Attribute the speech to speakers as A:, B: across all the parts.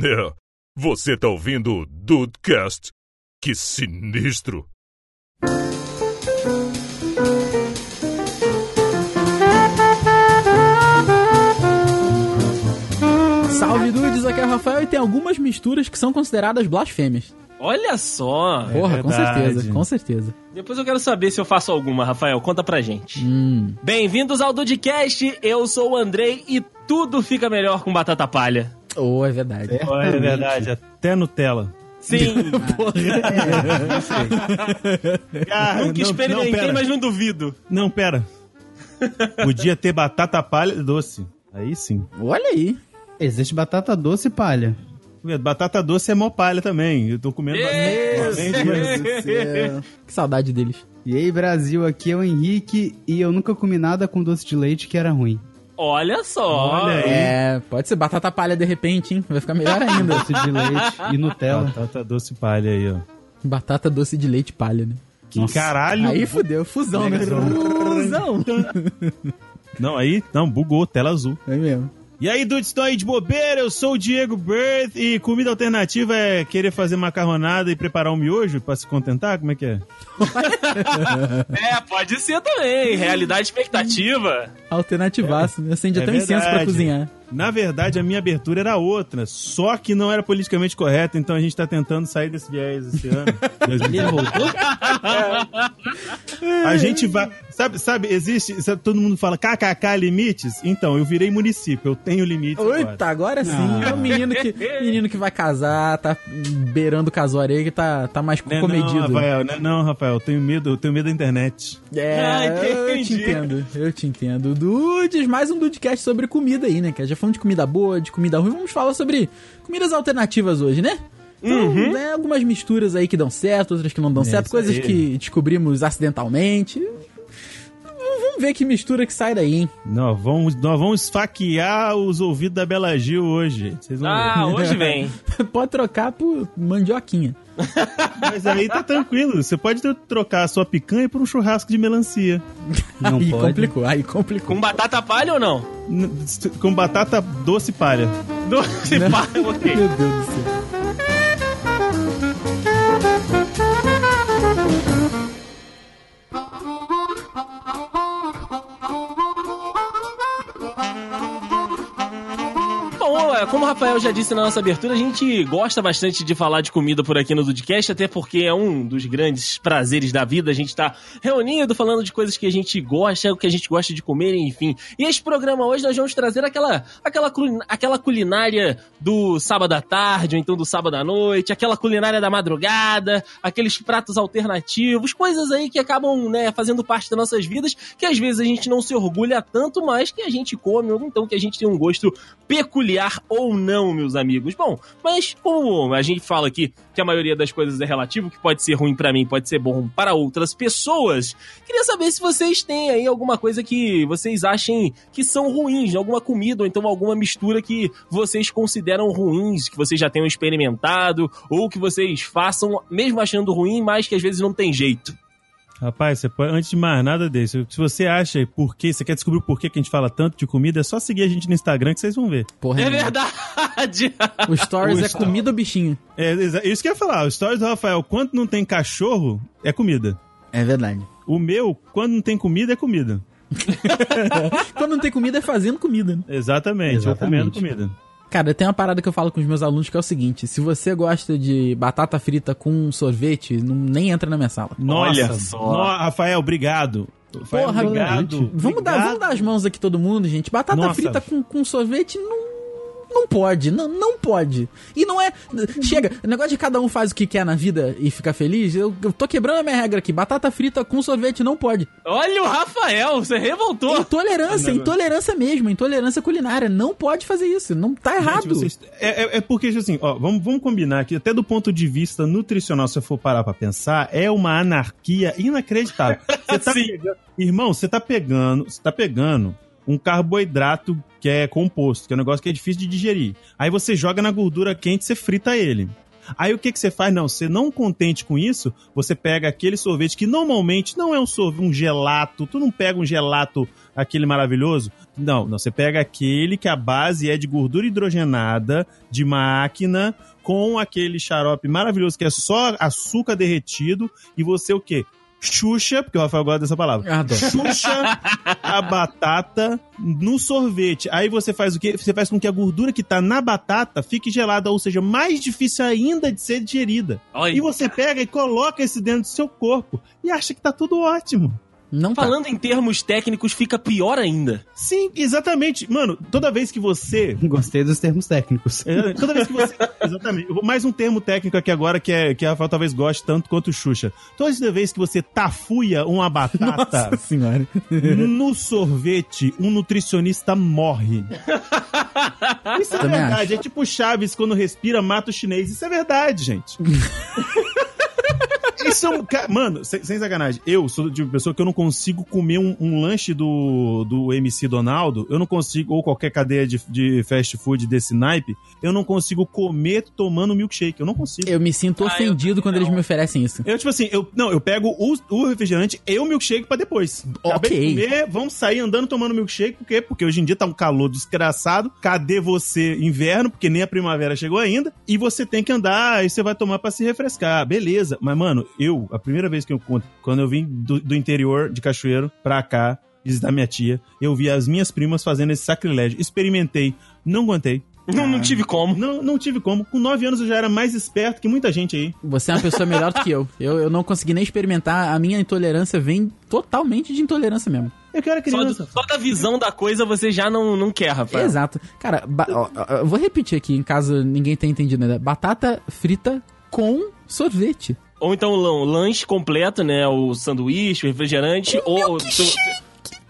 A: É, você tá ouvindo o Dudecast? Que sinistro!
B: Salve dudes, aqui é o Rafael e tem algumas misturas que são consideradas blasfêmias.
C: Olha só!
B: Porra, com
D: É verdade.
B: certeza, com certeza.
C: Depois eu quero saber se eu faço alguma, Rafael. Conta pra gente.
B: Hum.
C: Bem-vindos ao Dudcast. Eu sou o Andrei e tudo fica melhor com batata palha.
B: Oh, é verdade.
D: Olha, é verdade, até Nutella.
C: Sim,
D: Ah,
C: nunca experimentei,
D: não, pera.
C: mas não duvido.
D: Não, pera. Podia ter batata palha e doce. Aí sim.
B: Olha aí.
E: Existe batata doce e palha.
D: Batata doce é mó palha também. Eu tô comendo bastante. mas-
B: Que saudade deles.
E: E aí, Brasil, aqui é o Henrique e eu nunca comi nada com doce de leite que era ruim.
C: Olha só!
D: Olha aí.
B: É, pode ser batata palha de repente, hein? Vai ficar melhor ainda.
E: Doce de leite e Nutella.
D: Batata doce e palha aí, ó.
B: batata doce de leite palha, né?
D: Que caralho.
B: Aí fudeu, fusão, né? Fusão!
D: Não, aí, não, bugou, tela azul.
B: É mesmo.
D: E aí, dudes, estão aí de bobeira? Eu sou o Diego Birth e comida alternativa é querer fazer macarronada e preparar um miojo pra se contentar? Como é que é?
C: É, pode ser também. Realidade expectativa.
B: Alternativaço, né? Acende
D: É
B: até um incenso pra
D: verdade.
B: cozinhar.
D: Na verdade, a minha abertura era outra, só que não era politicamente correta, então a gente tá tentando sair desse viés esse ano. 2019. É. A gente vai. Sabe, sabe, existe. sabe, todo mundo fala KKK limites? Então, eu virei município, eu tenho limites.
B: Oita,
D: Agora.
B: agora sim.
D: Ah.
B: É um menino que, menino que vai casar, tá beirando o casório aí, que tá, tá mais
D: Né Não,
B: comedido.
D: Rafael, né não, Rafael, eu tenho medo, eu tenho medo da internet.
B: É,
C: Ai, que
B: eu te
C: Ah, entendi.
B: entendo, eu te entendo. Dudes, mais um Dudecast sobre comida aí, né? cara? Já falamos de comida boa, de comida ruim, vamos falar sobre comidas alternativas hoje, né? Então,
C: Uhum.
B: né, algumas misturas aí que dão certo, outras que não dão certo,
D: isso
B: coisas
D: aí.
B: que descobrimos acidentalmente. Vamos ver que mistura que sai daí, hein?
D: Nós vamos, nós vamos esfaquear os ouvidos da Bela Gil hoje. Vocês vão ver.
C: Ah, hoje vem.
B: Pode trocar por mandioquinha.
D: Mas aí tá tranquilo. Você pode trocar a sua picanha por um churrasco de melancia.
E: Não
B: aí
E: pode.
B: complicou, aí complicou.
C: Com batata palha ou não?
D: N- Com batata doce e palha.
C: Doce palha, ok.
B: Meu Deus do céu.
C: Bom, é, como o Rafael já disse na nossa abertura, a gente gosta bastante de falar de comida por aqui no Dudcast, até porque é um dos grandes prazeres da vida. A gente tá reunido, falando de coisas que a gente gosta, o que a gente gosta de comer, enfim. E esse programa hoje nós vamos trazer aquela, aquela, culin- aquela culinária do sábado à tarde, ou então do sábado à noite, aquela culinária da madrugada, aqueles pratos alternativos, coisas aí que acabam, né, fazendo parte das nossas vidas, que às vezes a gente não se orgulha tanto, mas que a gente come, ou então que a gente tem um gosto peculiar ou não, meus amigos. Bom, mas como a gente fala aqui que a maioria das coisas é relativo, que pode ser ruim pra mim, pode ser bom para outras pessoas, queria saber se vocês têm aí alguma coisa que vocês achem que são ruins, alguma comida ou então alguma mistura que vocês consideram ruins, que vocês já tenham experimentado ou que vocês façam mesmo achando ruim, mas que às vezes não tem jeito.
D: Rapaz, você pode- antes de mais nada desse, se você acha por quê, você quer descobrir o porquê que a gente fala tanto de comida, é só seguir a gente no Instagram que vocês vão ver.
B: Porra, né?
C: É verdade!
B: O Stories
D: O
B: é
D: story.
B: comida ou bichinho?
D: É, exa- isso que eu ia falar. O stories do Rafael, quando não tem cachorro, é comida.
B: É verdade.
D: O meu, quando não tem comida, é comida.
B: Quando não tem comida, é fazendo comida, né?
D: Exatamente, eu comendo comida.
B: Cara, tem uma parada que eu falo com os meus alunos que é o seguinte: se você gosta de batata frita com um sorvete, não, nem entra na minha sala.
D: Nossa,
C: Olha só.
D: no- Rafael, obrigado. Rafael,
B: Porra,
D: obrigado.
B: Vamos dar, vamos dar as mãos aqui todo mundo, gente. Batata
D: Nossa.
B: frita com, com sorvete não. Não pode, não, não pode. E não é. Chega, o negócio de cada um faz o que quer na vida e fica feliz. Eu, eu tô quebrando a minha regra aqui. Batata frita com sorvete não pode. É
C: Olha o Rafael, você revoltou!
B: Intolerância, intolerância mesmo, intolerância culinária. Não pode fazer isso. Não tá errado.
D: Gente, vocês- é, é- é porque, assim, ó, vamos, vamos combinar aqui, até do ponto de vista nutricional, se eu for parar pra pensar, é uma anarquia inacreditável. Você tá
C: Sim.
D: pegando- irmão, você tá pegando, você tá pegando um carboidrato que é composto, que é um negócio que é difícil de digerir. Aí você joga na gordura quente, você frita ele. Aí o que, que você faz? Não, você não contente com isso, você pega aquele sorvete que normalmente não é um sorvete, um gelato, tu não pega um gelato aquele maravilhoso. Não, não, você pega aquele que a base é de gordura hidrogenada, de máquina, com aquele xarope maravilhoso que é só açúcar derretido e você o quê? Xuxa, porque o Rafael gosta dessa palavra.
B: Ah, adoro.
D: Xuxa a batata no sorvete. Aí você faz o quê? Você faz com que a gordura que tá na batata fique gelada, ou seja, mais difícil ainda de ser digerida.
C: Olha,
D: E você pega e coloca isso dentro do seu corpo e acha que tá tudo ótimo.
B: Não tá.
C: Falando em termos técnicos, fica pior ainda.
D: Sim, exatamente. Mano, toda vez que você.
E: Gostei dos termos técnicos.
D: Exatamente, Toda vez que você. Exatamente. Eu vou- Mais um termo técnico aqui agora que, é, que a Rafael talvez goste tanto quanto o Xuxa. Toda vez que você tafuia uma batata
B: Nossa senhora.
D: no sorvete, um nutricionista morre. Isso é
B: Também
D: verdade. É tipo o Chaves quando respira, mata o chinês. Isso é verdade, gente. Isso é um. ca- Mano, sem, sem sacanagem. Eu sou de pessoa que eu não consigo comer um, um lanche do, do MC Donaldo. Eu não consigo, ou qualquer cadeia de, de fast food desse naipe. Eu não consigo comer tomando milkshake. Eu não consigo. Eu...
B: Eu me sinto
C: Ah, eu
B: ofendido
C: também
B: quando eles
C: não.
B: me oferecem isso.
D: tipo assim, eu não, eu pego o, o refrigerante e o milkshake pra depois. Acabei de
B: Ok.
D: comer, vamos sair andando tomando milkshake, por quê? Porque hoje em dia tá um calor desgraçado. Cadê você inverno? Porque nem a primavera chegou ainda. E você tem que andar, e você vai tomar pra se refrescar. Beleza. Mas, mano, eu, a primeira vez que eu conto, quando eu vim do, do interior de Cachoeiro pra cá, visitar minha tia, eu vi as minhas primas fazendo esse sacrilégio. Experimentei, não aguentei.
C: Não, não tive como.
D: Não, não tive como. Com nove anos eu já era mais esperto que muita gente aí.
B: Você é uma pessoa melhor do que eu. eu. Eu não consegui nem experimentar. A minha intolerância vem totalmente de intolerância mesmo.
D: Eu que era
C: Só,
D: criança.
C: do- só da visão da coisa você já não, não quer, Rafael.
B: Exato. Cara, ba- ó, ó, eu vou repetir aqui, em caso ninguém tenha entendido ainda. Batata frita com sorvete.
C: Ou então o lanche completo, né? O sanduíche, o refrigerante, ou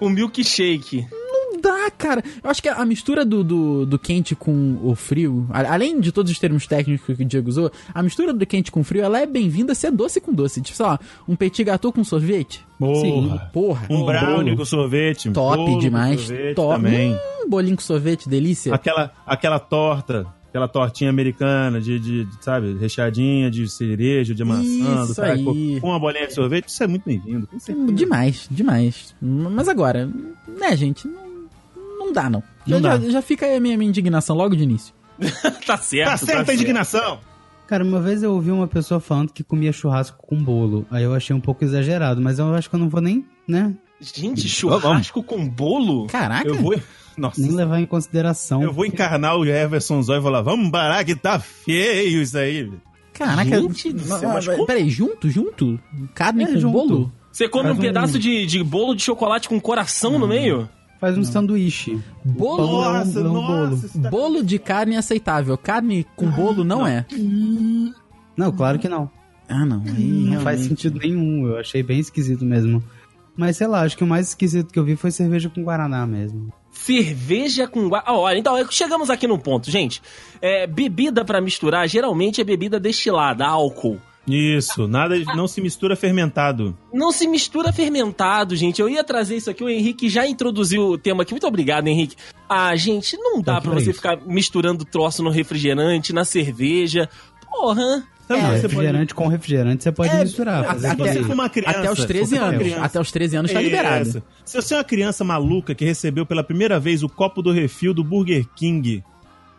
C: o milkshake.
B: Não dá, cara. Eu acho que a mistura do, do, do quente com o frio, a- além de todos os termos técnicos que o Diego usou, a mistura do quente com frio, ela é bem-vinda a ser doce com doce. Tipo, sei lá, um petit gâteau com sorvete.
D: Porra.
B: porra.
D: Um brownie
B: bolo.
D: com sorvete. um
B: Top
D: bolo com
B: demais.
D: sorvete
B: Top.
D: Também.
B: Um bolinho com sorvete, delícia.
D: Aquela, aquela torta, aquela tortinha americana de, de, de, sabe, recheadinha de cereja, de maçã,
B: Isso
D: do caralho,
B: aí.
D: com uma bolinha de sorvete, isso é muito bem-vindo. com certeza.
B: Demais, demais. Mas agora, né, gente? Não, não dá, não.
D: Não
B: já,
D: dá.
B: já- já fica aí a minha, minha indignação logo de início.
C: Tá certo.
D: Tá certa a indignação!
E: Cara, uma vez eu ouvi uma pessoa falando que comia churrasco com bolo. Aí eu achei um pouco exagerado, mas eu acho que eu não vou nem, né?
C: Gente, churrasco com bolo?
B: Caraca.
D: Eu vou. Nossa.
E: Nem levar em consideração.
D: Eu vou encarnar o Everson Zóio e falar, vamos parar que tá feio isso aí. velho."
B: Caraca.
C: Gente do
B: mas-
C: céu, mas
B: mas-
C: como?
B: peraí, junto, junto? Carne
E: É,
B: com
E: junto.
B: bolo?
C: Você come
E: Faz
C: um
E: um-
C: pedaço de, de bolo de chocolate com coração no meio?
E: Faz um sanduíche.
B: Bolo,
E: Pão não-
D: Nossa,
E: não
D: nossa.
E: bolo.
D: isso tá-
B: bolo de carne é aceitável. Carne com bolo não, é.
E: Não, claro que não.
B: Ah, não. Aí,
E: Não faz
D: né?
B: realmente.
E: sentido nenhum. Eu achei bem esquisito mesmo. Mas sei lá, acho que o mais esquisito que eu vi foi cerveja com Guaraná mesmo.
C: Cerveja com guaraná. olha, então chegamos aqui num ponto, gente. É, bebida pra misturar geralmente é bebida destilada, álcool.
D: Isso, nada, de- não se mistura fermentado.
C: Não se mistura fermentado, gente. Eu ia trazer isso aqui, o Henrique já introduziu o tema aqui. Muito obrigado, Henrique. Ah, gente, não dá
E: Tá aqui
C: pra
E: pra
C: você
E: isso.
C: ficar misturando troço no refrigerante, na cerveja. Porra.
B: É,
D: Sabe,
E: Não,
D: É, você
E: refrigerante com refrigerante você pode
D: É,
E: misturar.
D: pode...
E: fazer
D: Se você
E: bem.
D: for uma criança,
B: Até os 13
D: se você for uma
B: anos.
D: criança-
B: Até os 13 anos tá
D: Isso.
B: liberado.
D: É Se você é uma criança maluca que recebeu pela primeira vez o copo do refil do Burger King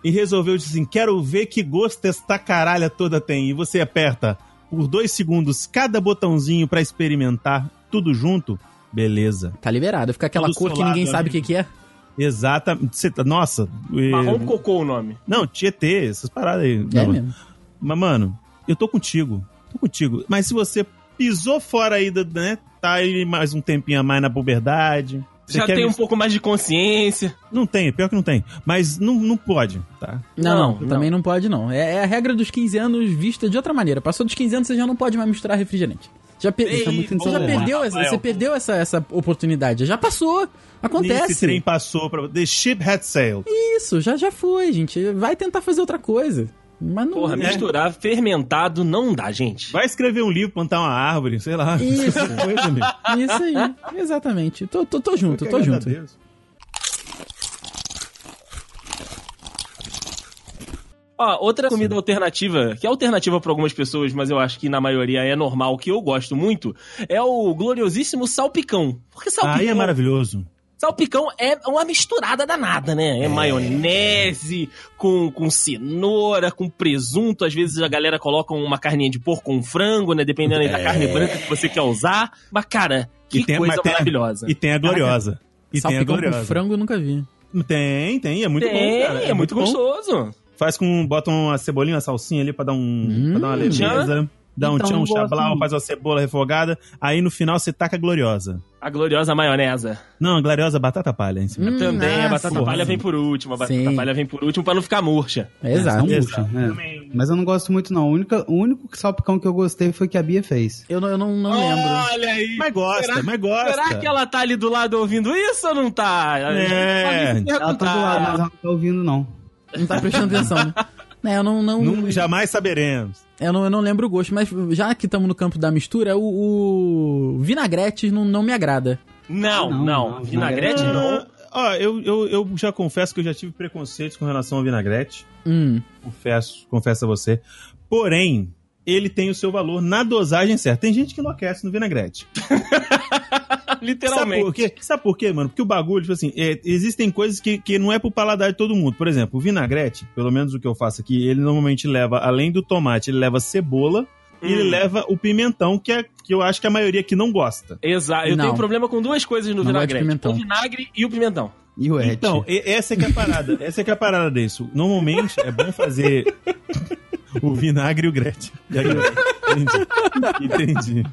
D: e resolveu dizer assim, quero ver que gosto esta caralha toda tem, e você aperta por dois segundos cada botãozinho pra experimentar tudo junto, beleza.
B: Tá liberado. Fica aquela
D: Tudo
B: cor que
D: solado,
B: ninguém sabe o que,
D: amigo.
B: que é.
D: Exatamente. Cê tá- Nossa. eh,
C: Marrom cocô o nome.
D: Não, Tietê, essas paradas aí.
B: É
D: Não,
B: mesmo.
D: Mas, mano, eu tô contigo. Tô contigo. Mas se você pisou fora aí, da- né? Tá aí mais um tempinho a mais na puberdade. você
C: já
D: quer
C: tem um
D: mis-
C: pouco mais de consciência.
D: Não tem, pior que não tem. Mas não, não pode, tá?
B: Não,
C: Não,
B: não, também não pode, não. É, é a regra dos 15 anos vista de outra maneira. Passou dos 15 anos, você já não pode mais misturar refrigerante. Já, pe-
C: Ei,
B: Tá muito
C: boa,
B: você já perdeu, essa,
C: Rafael.
B: você perdeu essa, essa oportunidade. Já passou.
D: Esse trem
B: Acontece.
D: passou pra. The ship had sailed.
B: Isso, já, já foi, gente. Vai tentar fazer outra coisa. Mas não. é
D: É.
C: Porra,
B: não-
C: misturar fermentado não dá, gente.
D: Vai escrever um livro, plantar uma árvore, sei lá.
B: Isso.
D: qualquer Coisa, meu.
B: Isso aí. Exatamente. Tô, tô, tô junto, tô
D: Graças a
B: junto.
D: Deus.
C: Ó, outra comida alternativa, que é alternativa pra algumas pessoas, mas eu acho que na maioria é normal, que eu gosto muito, é o gloriosíssimo salpicão. Porque salpicão
D: Aí é maravilhoso.
C: Salpicão é uma misturada danada, né? É, maionese com, com cenoura, com presunto. Às vezes a galera coloca uma carninha de porco com um frango, né? Dependendo aí da carne branca que você quer usar. Mas, cara, que
D: É. E tem-
C: coisa
D: mas tem-
C: maravilhosa.
D: E tem a gloriosa. E tem a
B: Salpicão com
D: gloriosa.
B: frango eu nunca vi.
D: Tem, tem, é muito
C: Tem,
D: bom, cara.
C: é muito
D: bom.
C: gostoso.
D: Faz com. Bota uma cebolinha, uma salsinha ali pra dar um. pra dar
C: Hum.
D: uma leveza. Dá um
E: Então,
D: tchão, um
E: eu gosto
D: chablau,
E: muito.
D: faz uma cebola refogada. Aí no final você taca a gloriosa.
C: A gloriosa maionesa.
D: Não, a gloriosa é batata palha em cima.
B: Hum,
C: Também, a
B: ah,
C: batata
B: sim.
C: palha vem por último. A batata
B: Sim.
C: palha vem por último pra não ficar murcha.
B: É, exato.
E: É,
D: Exato.
E: são murcha, é. Mas eu não gosto muito, não. O único, o único salpicão que eu gostei foi que a Bia fez.
B: Eu não, eu não, não lembro.
C: Olha aí.
D: Mas gosta,
C: Será-
D: mas gosta.
C: Será que ela tá ali do lado ouvindo isso ou não tá?
D: É.
C: Pode se
E: Ela tá do lado, mas ela não tá ouvindo, não.
B: Não tá prestando atenção, né? É, eu não, não,
D: Não, jamais saberemos.
B: eu não. Eu não lembro o gosto, mas já que estamos no campo da mistura, o, o vinagrete não, não me agrada.
C: Não, não.
E: Não,
C: não.
E: não.
C: Vinagrete
D: Ah,
C: não.
D: Ó, eu, eu, eu já confesso que eu já tive preconceitos com relação ao vinagrete.
B: Hum.
D: Confesso, confesso a você. Porém, ele tem o seu valor na dosagem certa. Tem gente que enlouquece no vinagrete. Sabe por
C: Literalmente.
D: quê? Sabe por quê, mano? Porque o bagulho, tipo assim, é, existem coisas que, que não é pro paladar de todo mundo. Por exemplo, o vinagrete, pelo menos o que eu faço aqui, ele normalmente leva, além do tomate, ele leva cebola e ele
C: Hum.
D: leva o pimentão, que, é, que eu acho que a maioria que não gosta.
C: Exato. Eu
B: Não.
C: tenho problema com duas coisas no
B: Não gosto de
C: vinagrete.
B: pimentão.
C: O vinagre e o pimentão.
E: E o Ed. Tipo,
D: Então, e- essa é que é a parada. essa é que é a parada disso. Normalmente é bom fazer o vinagre e o grete. E a grete. Entendi. Entendi.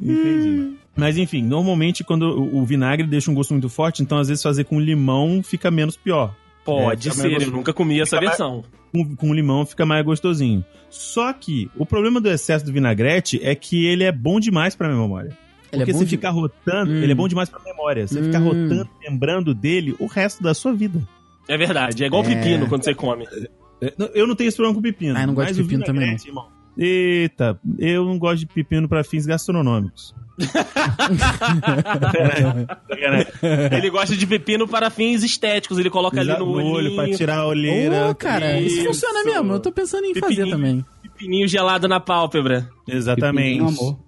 D: Entendi. Mas enfim, normalmente quando o o vinagre deixa um gosto muito forte, então às vezes fazer com limão fica menos pior.
C: Pode
D: fica
C: ser,
D: mais
C: eu nunca comi essa
D: Fica mais-
C: versão.
D: com, com limão fica mais gostosinho. Só que o problema do excesso do vinagrete é que ele é bom demais pra memória.
B: Ele é
D: Porque
B: bom
D: você
B: de-
D: fica rotando,
B: Hum.
D: ele é bom demais pra memória. Você fica
B: Hum.
D: rotando, lembrando dele o resto da sua vida.
C: É verdade, é igual pepino quando você come.
D: É, não, Eu não tenho esse problema com pepino.
B: Ah, eu não gosto
D: mas
B: de
D: o
B: pepino também,
D: vinagrete, irmão, Eita, eu não gosto de pepino pra fins gastronômicos. né? É.
C: Ele gosta de pepino para fins estéticos, ele coloca ali no olho.
D: pra tirar a olheira.
B: Ô, cara, isso
C: isso.
B: funciona mesmo. Eu tô pensando em fazer
C: Pepininho.
B: também.
C: Pepininho gelado na pálpebra.
D: Exatamente.
E: Meu é um amor.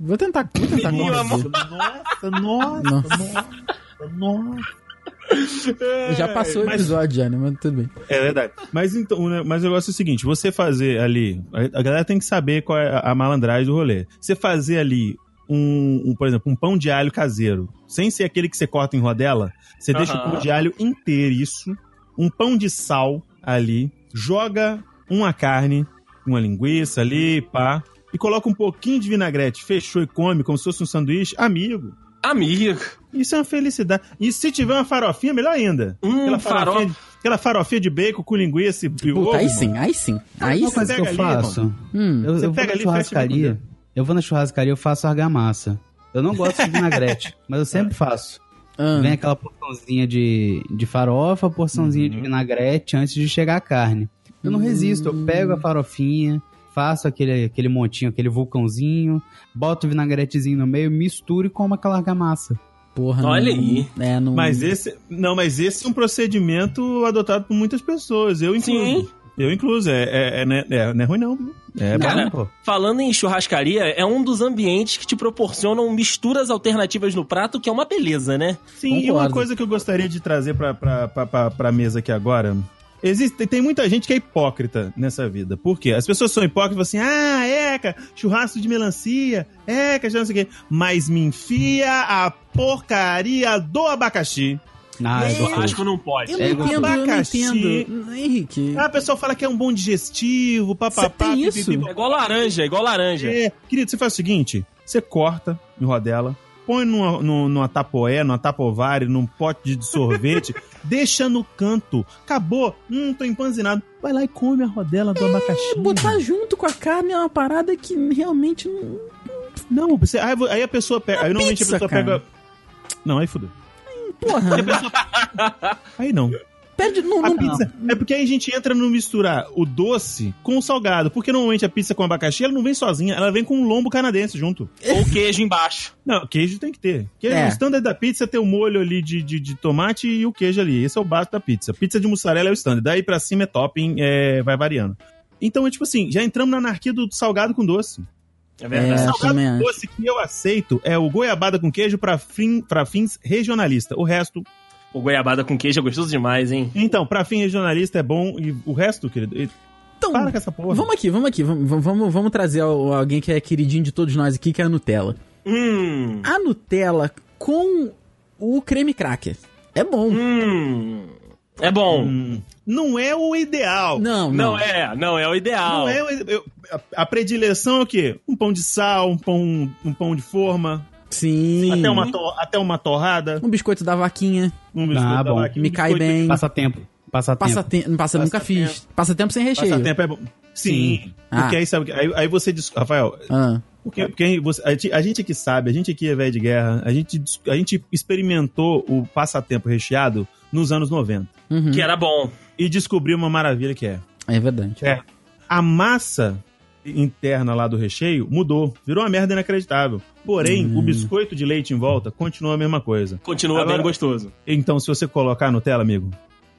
B: Vou tentar, vou tentar
C: Pepininho,
B: conseguir.
D: Nossa, nossa,
B: Nossa.
D: nossa, nossa.
B: Já passou o
D: mas-
B: episódio, já, né? Mas tudo bem.
D: É verdade. Mas então, o ne- mas o negócio é o seguinte: você fazer ali. A a galera tem que saber qual é a- a malandragem do rolê. Você fazer ali um, um, por exemplo, um pão de alho caseiro, sem ser aquele que você corta em rodela, você
C: Aham.
D: deixa o pão de alho inteiriço, um pão de sal ali, joga uma carne, uma linguiça ali, pá, e coloca um pouquinho de vinagrete, fechou e come como se fosse um sanduíche, amigo.
C: Amigo,
D: Isso é uma felicidade. E se tiver uma farofinha, melhor ainda.
C: hum,
D: Aquela
C: farofa.
D: farofinha, aquela farofinha de bacon com linguiça e ovo.
B: Puta, aí
D: mano.
B: sim, aí sim. Aí
D: Não,
E: É Uma
B: sim.
E: coisa que eu
D: Pega ali,
E: faço.
B: Hum.
E: Eu,
D: Você
E: eu vou
D: pega ali e fecha
E: na
D: e
E: churrascaria. Eu vou na churrascaria, eu faço argamassa. Eu não gosto de vinagrete, mas eu
D: É.
E: sempre faço.
B: Ah,
E: Vem aquela porçãozinha de, de farofa, porçãozinha de vinagrete antes de chegar a carne. Eu não resisto, eu pego a farofinha, faço aquele, aquele montinho, aquele vulcãozinho, boto o vinagretezinho no meio, misturo e como aquela argamassa.
B: porra,
C: Olha
B: não-
C: aí.
B: É, não...
D: Mas esse, não, mas esse é um procedimento adotado por muitas pessoas. Eu incluso. Eu incluso. É, é, é, né- é- não é ruim, não. viu? É
C: Cara,
D: bom, pô.
C: Falando em churrascaria, é um dos ambientes que te proporcionam misturas alternativas no prato, que é uma beleza, né?
D: Sim, e uma
B: concordo.
D: coisa que eu gostaria de trazer pra, pra, pra, pra, pra mesa aqui agora. Existe, tem muita gente que é hipócrita nessa vida. Por quê? As pessoas são hipócritas assim, ah, eca, churrasco de melancia, eca, já não sei o quê. Mas me enfia a porcaria do abacaxi.
E: Ah, é gostoso.
C: Churrasco não pode.
B: Eu
E: É,
B: não entendo, eu não
D: abacaxi.
B: entendo. Henrique,
D: Ah, a pessoa fala que é um bom digestivo, papapá.
B: Você tem
D: pipipi,
B: isso?
C: É igual laranja, é igual laranja.
D: É, querido, você faz o seguinte: você corta em rodela, põe numa, numa, numa tapoé, numa tapovare, num pote de sorvete, deixa no canto. Acabou, hum, tô empanzinado. Vai lá e come a rodela do abacaxi.
B: É, botar junto com a carne é uma parada que realmente não...
D: Não, você, aí, vo- aí a pessoa pega. Aí normalmente
B: pizza,
D: a pessoa
B: cara.
D: pega. Não, aí fudeu.
B: Porra,
D: Aí não.
B: Pede, não,
D: A
B: não-
D: pizza. É porque aí a gente entra no misturar o doce com o salgado. Porque normalmente a pizza com abacaxi ela não vem sozinha, ela vem com um lombo canadense junto.
C: Ou queijo embaixo.
D: Não, queijo tem que ter. Que
B: É.
D: O standard da pizza tem o molho ali de, de, de tomate e o queijo ali. Esse é o básico da pizza. Pizza de mussarela é o standard. Daí pra cima é topping, é, vai variando. Então é tipo assim, já entramos na anarquia do salgado com doce.
C: É
B: É,
C: verdade.
D: salgado
B: também
D: com
B: acho.
D: doce que eu aceito é o goiabada com queijo pra, fim, pra fins regionalista. O resto
C: O goiabada com queijo é gostoso demais, hein?
D: Então, pra fim regionalista é bom e o resto, querido, e-
B: Então,
D: para com essa porra.
B: vamos aqui, vamos aqui, vamos, vamos, vamos trazer al- alguém que é queridinho de todos nós aqui, que é a Nutella.
C: Hum.
B: A Nutella com o creme cracker. É bom.
C: Hum. É bom.
D: Hum, não é o ideal.
B: Não,
C: não,
B: não.
C: é, não é o ideal.
D: Não é o ide- eu- a, a predileção é o quê? Um pão de sal, um pão, um pão de forma,
B: Sim.
D: até uma, to- até uma torrada,
B: Um biscoito da vaquinha.
D: um biscoito
E: bom.
D: vaca, um
B: Ah, Me cai
D: biscoito-
B: bem.
E: Passatempo. Passatempo.
B: Passa tempo. Passa, nunca fiz. Passa tempo sem recheio.
D: Passatempo é bom. Sim.
B: Ah.
D: Porque aí sabe o que- aí, aí você diz, Rafael,
B: Ah,
D: porque, porque aí você- a, gente, a gente aqui sabe, a gente aqui é velho de guerra, a gente, dis- a gente experimentou o passatempo recheado nos anos 90
B: uhum.
C: Que era bom.
D: e descobriu uma maravilha que é.
B: É verdade.
D: É. A massa interna lá do recheio mudou. Virou uma merda inacreditável. Porém,
B: Hum.
D: o biscoito de leite em volta continua a mesma coisa.
C: Continua
D: Agora-
C: bem gostoso.
D: Então, se você colocar Nutella, amigo,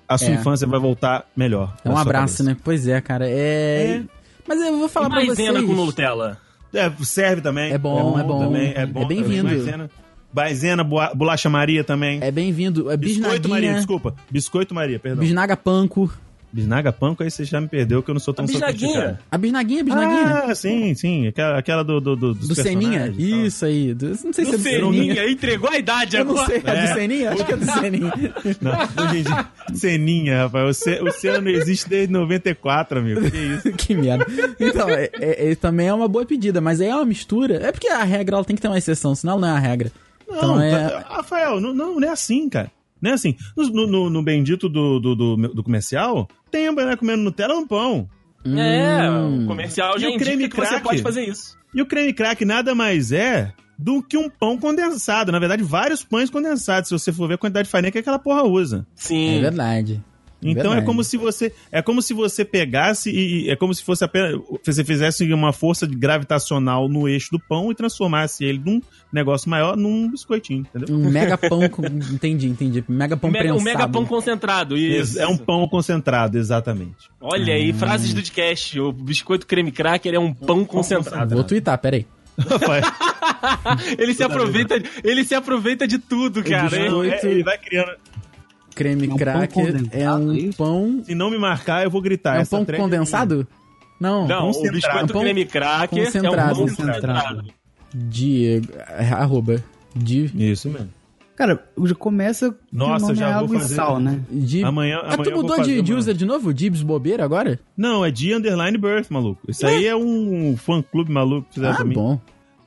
D: a sua
B: É.
D: infância vai voltar melhor.
B: É um abraço, né? Pois é, cara. É.
D: É.
B: Mas eu vou falar
C: E
B: pra vocês.
C: maisena com Nutella.
D: É, serve também.
B: É bom, é bom.
D: Também,
B: É
D: é bom também.
B: bem-vindo.
D: Maisena, Maisena, boa- bolacha Maria também.
B: É bem-vindo. É
D: Biscoito Maria,
B: bisnaguinha.
D: desculpa. Biscoito Maria, perdão.
B: Bisnaga panco.
D: Bisnaga panco, aí você já me perdeu, que eu não sou tão
C: Bisnaguinha.
B: A bisnaguinha, é bisnaguinha.
D: Ah, sim, sim. Aquela, aquela do, do, do, dos
B: do Seninha?
D: personagens e tal.
B: Isso aí. Do- não sei se é
C: Do
B: do Seninha.
C: Seninha, entregou a idade
B: Eu
C: agora.
B: não sei. É do
D: É.
B: Seninha? Acho que é do Seninha.
D: Não, gente, Seninha, rapaz. O, Ce, o Senna não existe desde 94, amigo. Que isso?
B: que merda. Então, é, é- é- também é uma boa pedida, mas aí é uma mistura. É porque a regra ela tem que ter uma exceção, senão ela não é a regra.
D: Não,
B: Então é-
D: tá- Rafael, não, não, não é assim, cara. Não é assim. No, no- no- no bendito do, do, do- do comercial, tem a mulher comendo Nutella é um pão.
C: É, o
B: Hum.
C: comercial já
D: E o creme
C: indica que você
D: crack?
C: pode fazer isso.
D: E o creme crack nada mais é do que um pão condensado. Na verdade, vários pães condensados, se você for ver a quantidade de farinha que aquela porra usa.
B: É
C: Sim.
B: verdade.
D: Então é
B: Verdade.
D: como se você é como se você pegasse e, e é como se fosse apenas você fizesse uma força de- gravitacional no eixo do pão e transformasse ele num negócio maior num biscoitinho, entendeu?
B: Um mega pão com... Entendi, entendi. Mega pão
C: O Um mega,
B: prensado.
C: o mega pão concentrado, isso.
D: É um pão concentrado, exatamente.
C: Olha aí, frases do podcast. O biscoito creme cracker é um pão concentrado.
B: Vou twittar, peraí.
D: Rapaz,
C: Ele se aproveita, ele se aproveita de tudo, cara.
B: biscoito-
D: é, ele vai criando.
B: Creme
E: É um pão
B: cracker é
E: condensado,
B: um
E: isso?
B: pão...
D: Se não me marcar, eu vou gritar.
B: É um
D: Tá, Essa
B: pão
D: treta-
B: condensado? Não,
C: Não, o
D: Concentrado.
C: biscoito
B: Pão
C: creme cracker é um
B: concentrado.
C: pão
E: Concentrado.
C: concentrado.
B: Diego... é, Arroba. Di...
D: Isso mesmo.
E: Cara, já começa. que o
D: Nossa,
E: nome
D: já
E: é
D: vou
E: água e
D: fazer.
E: sal, né?
B: Di...
D: Amanhã,
B: Ah,
D: amanhã
B: tu
D: eu vou
B: mudou
D: fazer
B: de, de
D: uma-
B: user de novo? Dibs bobeira agora?
D: Não, é de underline birth, maluco. Isso aí é um fã clube maluco que fizeram
B: ah,
D: pra mim.
B: bom.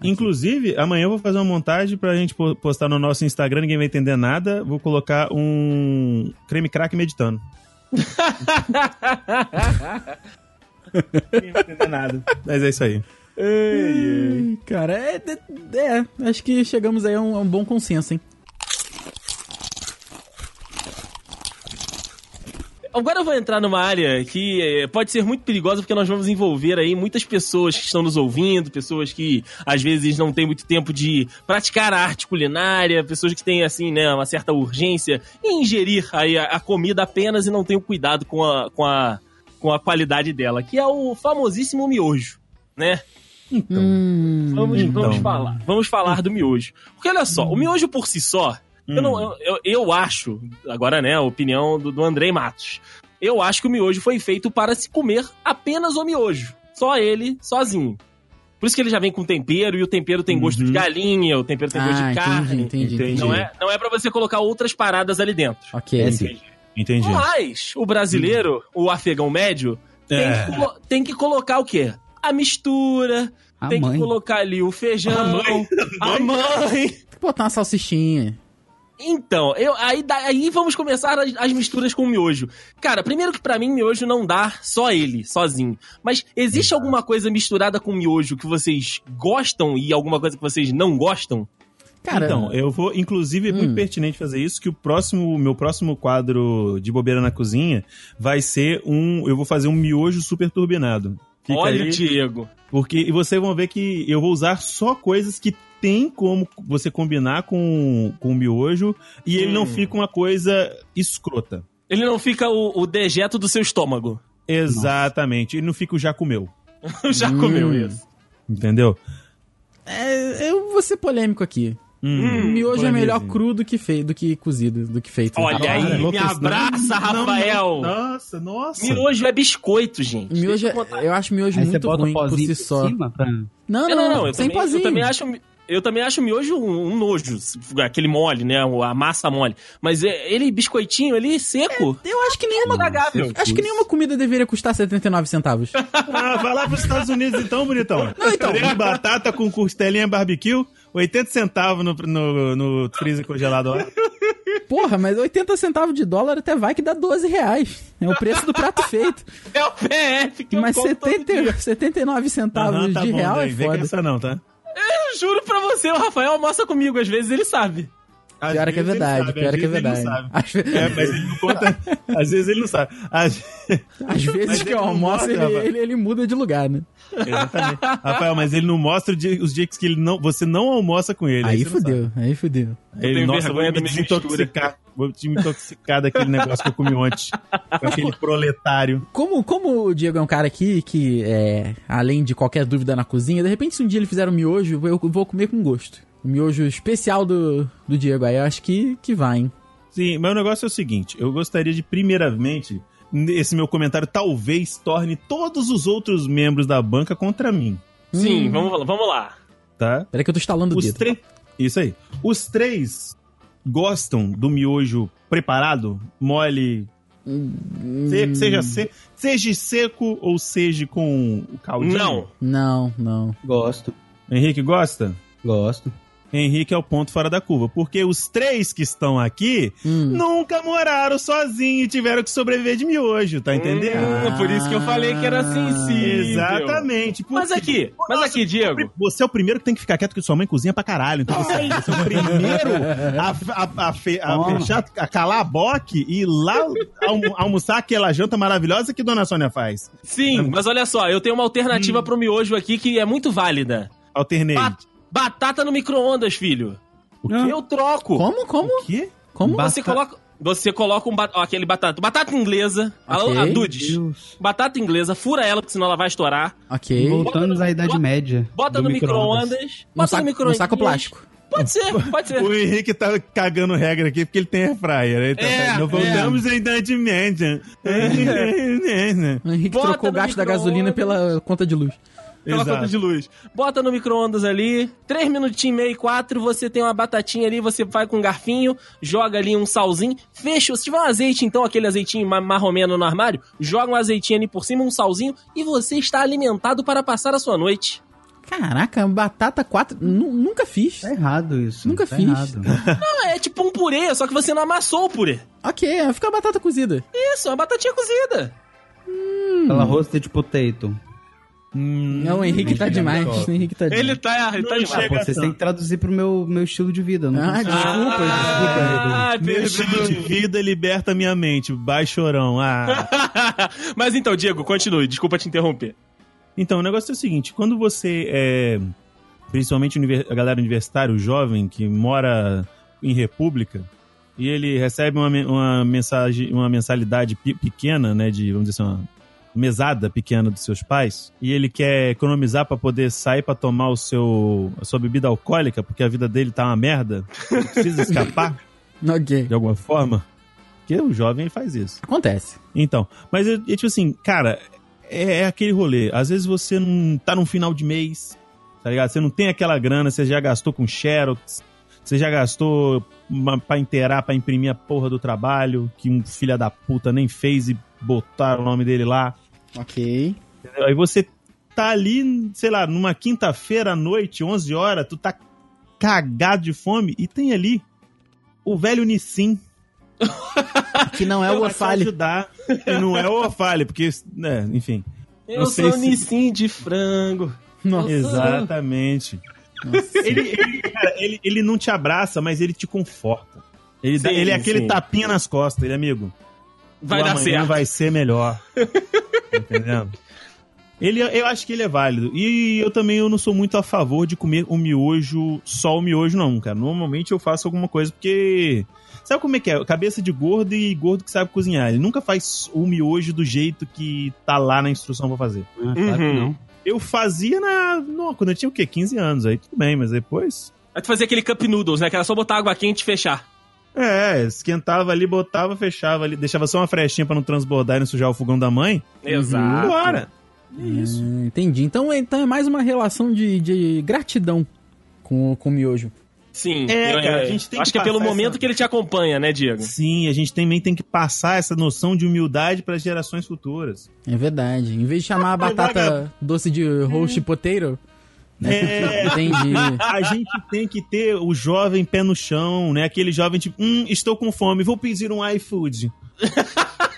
D: Inclusive, amanhã eu vou fazer uma montagem pra gente po- postar no nosso Instagram, ninguém vai entender nada. Vou colocar um creme crack meditando. ninguém vai entender nada. Mas é isso aí.
B: Ai, Cara, é, é- é, acho que chegamos aí a um, a um bom consenso, hein?
C: Agora eu vou entrar numa área que eh, pode ser muito perigosa, porque nós vamos envolver aí muitas pessoas que estão nos ouvindo, pessoas que às vezes não têm muito tempo de praticar a arte culinária, pessoas que têm, assim, né, uma certa urgência em ingerir aí a, a comida apenas e não têm o cuidado com a, com, a, com a qualidade dela, que é o famosíssimo miojo, né?
B: Hum,
C: Vamos, vamos
D: Então.
C: falar. Vamos falar do miojo. Porque olha só, o miojo por si só,
B: Hum.
C: eu, não,
D: hum,
C: eu, eu, eu acho, agora né, a opinião do, do Andrei Matos. Eu acho que o miojo foi feito para se comer apenas o miojo. Só ele, sozinho. Por isso que ele já vem com tempero, e o tempero tem gosto de
D: Uhum.
C: galinha, o tempero tem gosto
B: Ah,
C: de
B: entendi,
C: carne.
B: entendi, entendi.
C: Não é, não é para você colocar outras paradas ali dentro.
B: Ok.
E: É, sim.
D: Entendi.
C: Mas o brasileiro, o afegão médio, tem,
D: É.
C: que, colo- tem que colocar o quê? A mistura,
E: A
C: tem que
E: mãe.
C: colocar ali o feijão, A mãe.
B: Tem que botar uma salsichinha.
C: Então, eu, aí, da- aí vamos começar as, as misturas com o miojo. Cara, primeiro que pra mim miojo não dá só ele, sozinho. Mas existe alguma coisa misturada com miojo que vocês gostam e alguma coisa que vocês não gostam?
B: Cara,
D: Então, eu vou, inclusive, é muito
B: Hum.
D: pertinente fazer isso, que o próximo, o meu próximo quadro de bobeira na cozinha vai ser um, eu vou fazer um miojo super turbinado. Fica
C: Olha
D: aí,
C: o Diego.
D: porque e vocês vão ver que eu vou usar só coisas que tem como você combinar com, com o miojo e ele não
C: Hum.
D: fica uma coisa escrota.
C: Ele não fica o, o dejeto do seu estômago.
D: Exatamente, ele não fica o já comeu,
C: Já comeu
B: Hum.
C: isso.
D: entendeu?
B: é, eu vou ser polêmico aqui.
D: Hum.
B: Miojo é
D: polêmico.
B: melhor cru do que, fei, do que cozido, do que feito. Então,
C: Olha
D: Cara,
C: aí, me
D: enlouquecendo.
C: abraça,
D: Não, não,
C: Rafael.
D: Nossa, nossa.
C: Miojo é biscoito, gente.
B: Miojo,
C: Deixa eu contar.
B: é- eu acho miojo
E: Aí você
B: muito
E: bota
B: ruim
E: um
B: por
E: pozinho
B: si só.
E: por cima pra...
B: Não,
C: É,
B: não,
C: não, não, eu
B: sem
C: também,
B: pozinho.
C: eu também acho. Eu também acho miojo um, um nojo, aquele mole, né? A massa mole. Mas é- ele, biscoitinho, ele é seco.
B: Eu acho que nenhuma.
C: Tragável.
B: Acho que nenhuma comida deveria custar 79 centavos.
D: Ah, vai lá pros Estados Unidos então, bonitão. Não, então. batata com costelinha barbecue, 80 centavos no, no, no freezer congelado lá.
B: Porra, mas 80 centavos de dólar até vai que dá 12 reais. É o preço do prato feito.
C: É o PF que
B: Mas
C: eu como todo
B: 70,
C: dia.
B: 79 centavos
D: Aham, tá
B: de real
D: daí,
B: é
D: vem com
B: foda.
D: essa não, tá?
C: Eu juro pra você, o Rafael almoça comigo, às vezes ele sabe.
D: Às
B: Pior é que é
D: vezes ele
B: verdade,
D: sabe,
B: pior
D: às
B: é que é
D: vezes ele
B: verdade.
D: não sabe.
B: Às,
D: É, mas ele não conta. às vezes ele não sabe. Às-
B: às vezes
D: Mas
B: que
D: ele
B: eu
D: não
B: almoço,
D: mostra,
B: ele,
D: rapaz.
B: ele- ele muda de lugar, né?
D: Exatamente. Rafael, mas ele não mostra o dia- os dias que ele não, você não almoça com ele.
B: aí
D: você não
B: fudeu, aí fudeu.
D: sabe. Ele,
C: tenho
D: nossa, vou
C: vergonha
D: me
C: da minha
D: desintoxicar. Vou te me intoxicar daquele negócio que eu comi ontem. Com aquele proletário.
B: Como, como o Diego é um cara aqui que, é, além de qualquer dúvida na cozinha, de repente se um dia ele fizer um miojo, eu vou comer com gosto. O miojo especial do, do Diego aí, eu acho que, que vai, hein?
D: Sim, mas o negócio é o seguinte: eu gostaria de, primeiramente, esse meu comentário talvez torne todos os outros membros da banca contra mim,
B: Hum.
C: Sim, vamos, lá- vamos lá.
D: tá?
B: Peraí que eu tô estalando o
D: Os
B: dedo.
D: três. Isso aí. Os três gostam do miojo preparado, mole,
B: Hum,
D: seco, seja, se- seja seco ou seja com um. o caldinho.
C: Não.
B: Não, não.
E: Gosto,
D: Henrique gosta?
E: gosto.
D: Henrique é o ponto fora da curva, porque os três que estão aqui
B: Hum.
D: nunca moraram sozinhos e tiveram que sobreviver de miojo, tá entendendo?
C: Hum,
B: Ah.
C: por isso que eu falei que era sensível.
D: Exatamente. por
C: Mas
D: quê?
C: aqui, mas aqui, Diego.
D: Você é o primeiro que tem que ficar quieto, que sua mãe cozinha pra caralho. Então você, você é o primeiro a, a- a fe- a
E: Toma.
D: fechar, a calar a boque e ir lá almo- almoçar aquela janta maravilhosa que Dona Sônia faz.
C: Sim, mas olha só, eu tenho uma alternativa pro miojo aqui que é muito válida.
D: Alternei.
C: Ba- batata no micro-ondas, filho.
D: O
C: Eu troco.
B: Como, como,
D: O quê?
B: como?
E: Ba-
C: Você
E: Batata-
C: coloca, você coloca um ba- ó, aquele batata, batata inglesa,
B: Ok.
C: a, a Dudes.
E: Deus.
C: Batata inglesa, fura ela, porque senão ela vai estourar.
B: Ok.
E: Voltamos à Idade
C: bota-
E: Média.
C: Bota
E: do
C: no
E: micro-ondas.
C: micro-ondas.
B: Um
C: Bota
B: saco,
C: no
B: um
C: micro-ondas.
B: saco plástico.
C: Pode ser, pode ser.
D: O Henrique tá cagando regra aqui porque ele tem air fryer. Ele tá
C: É,
D: falando,
C: é.
D: voltamos à idade média.
C: É.
B: O Henrique
C: Bota
B: trocou o
C: no
B: gasto da gasolina pela conta de luz.
C: Pela conta de luz. Bota no micro-ondas ali, três minutinhos e meio, quatro, você tem uma batatinha ali, você vai com um garfinho, joga ali um salzinho, fecha. Se tiver um azeite, então, aquele azeitinho ma- marromeno no armário, joga um azeitinho ali por cima, um salzinho, e você está alimentado para passar a sua noite.
B: Caraca, batata 4. Nunca fiz.
E: Tá errado isso.
B: Nunca
E: tá
B: fiz.
E: errado.
C: Não, é tipo um purê, só que você não amassou o purê.
B: Ok, é, fica batata cozida.
C: Isso, uma É batatinha cozida.
E: Aquela roasted potato.
B: Não, o Henrique tá demais. O Henrique tá demais.
C: tá, ele
D: tá demais.
E: Ah, Pô, vocês têm que traduzir pro meu, meu estilo de vida. eu Não
B: Ah,
E: consigo.
B: desculpa,
C: Ah,
D: Meu estilo de vida liberta minha mente. Baixorão. Ah.
C: perdão. Mas então, Diego, continue. Desculpa te interromper.
D: Então, o negócio é o seguinte: quando você é. Principalmente univer- a galera universitária, o jovem que mora em república, e ele recebe uma, men- uma, mensagem, uma mensalidade pe- pequena, né? De, vamos dizer assim, uma mesada pequena dos seus pais, e ele quer economizar pra poder sair pra tomar o seu, a sua bebida alcoólica, porque a vida dele tá uma merda, ele precisa escapar
B: Ok.
D: de alguma forma. Porque o jovem faz isso.
B: Acontece.
D: Então, mas é, é tipo assim, cara, é, é aquele rolê. Às vezes você não tá num final de mês, tá ligado? Você não tem aquela grana, você já gastou com Xerox, você já gastou uma, pra inteirar, pra imprimir a porra do trabalho, que um filha da puta nem fez e botaram o nome dele lá.
B: Ok.
D: entendeu? Aí você tá ali, sei lá, numa quinta-feira à noite, 11 horas, tu tá cagado de fome e tem ali o velho Nissin
B: Que não é o
D: vai te
B: Ofale.
D: ajudar. E não é o Ofale, porque, né, enfim.
C: Eu
D: Não sei
C: sou
D: se-
C: Nissim de frango.
B: Nossa.
D: Exatamente. Ele, ele, cara, ele, ele não te abraça, mas ele te conforta. Ele, dá-
C: Sim,
D: ele é aquele
C: sim.
D: tapinha nas costas, ele, é amigo.
C: Vai
D: o
C: dar
D: amanhã
C: certo.
D: vai ser melhor. Tá Entendendo? Ele, eu acho que ele é válido. E eu também eu não sou muito a favor de comer o miojo, só o miojo, não, cara. Normalmente eu faço alguma coisa, porque. Sabe como é que é? Cabeça de gordo e gordo que sabe cozinhar. Ele nunca faz o miojo do jeito que tá lá na instrução pra fazer.
E: Ah, claro que
C: Uhum.
E: não.
D: Eu fazia na. Não, quando eu tinha o quê? 15 anos. Aí tudo bem, mas depois.
C: Vai tu fazer aquele cup noodles, né? Que era só botar água quente e fechar.
D: É, esquentava ali, botava, fechava ali, deixava só uma frestinha pra não transbordar e não sujar o fogão da mãe. Ah, tá.
C: Exato.
D: Uhum. Bora! É isso.
B: Hum, entendi. Então, então é mais uma relação de, de gratidão com, com o miojo.
C: Sim.
D: É,
C: eu-
D: cara,
C: eu-
D: a gente tem
C: Acho
D: que
C: que é pelo
D: passar
C: momento
D: essa-
C: que ele te acompanha, né, Diego?
D: Sim, a gente também tem que passar essa noção de humildade para gerações futuras.
B: É verdade. Em vez de chamar a batata doce de roast potato, né? Entendi.
D: A gente tem que ter o jovem pé no chão, né? Aquele jovem tipo, hum, estou com fome, vou pedir um iFood.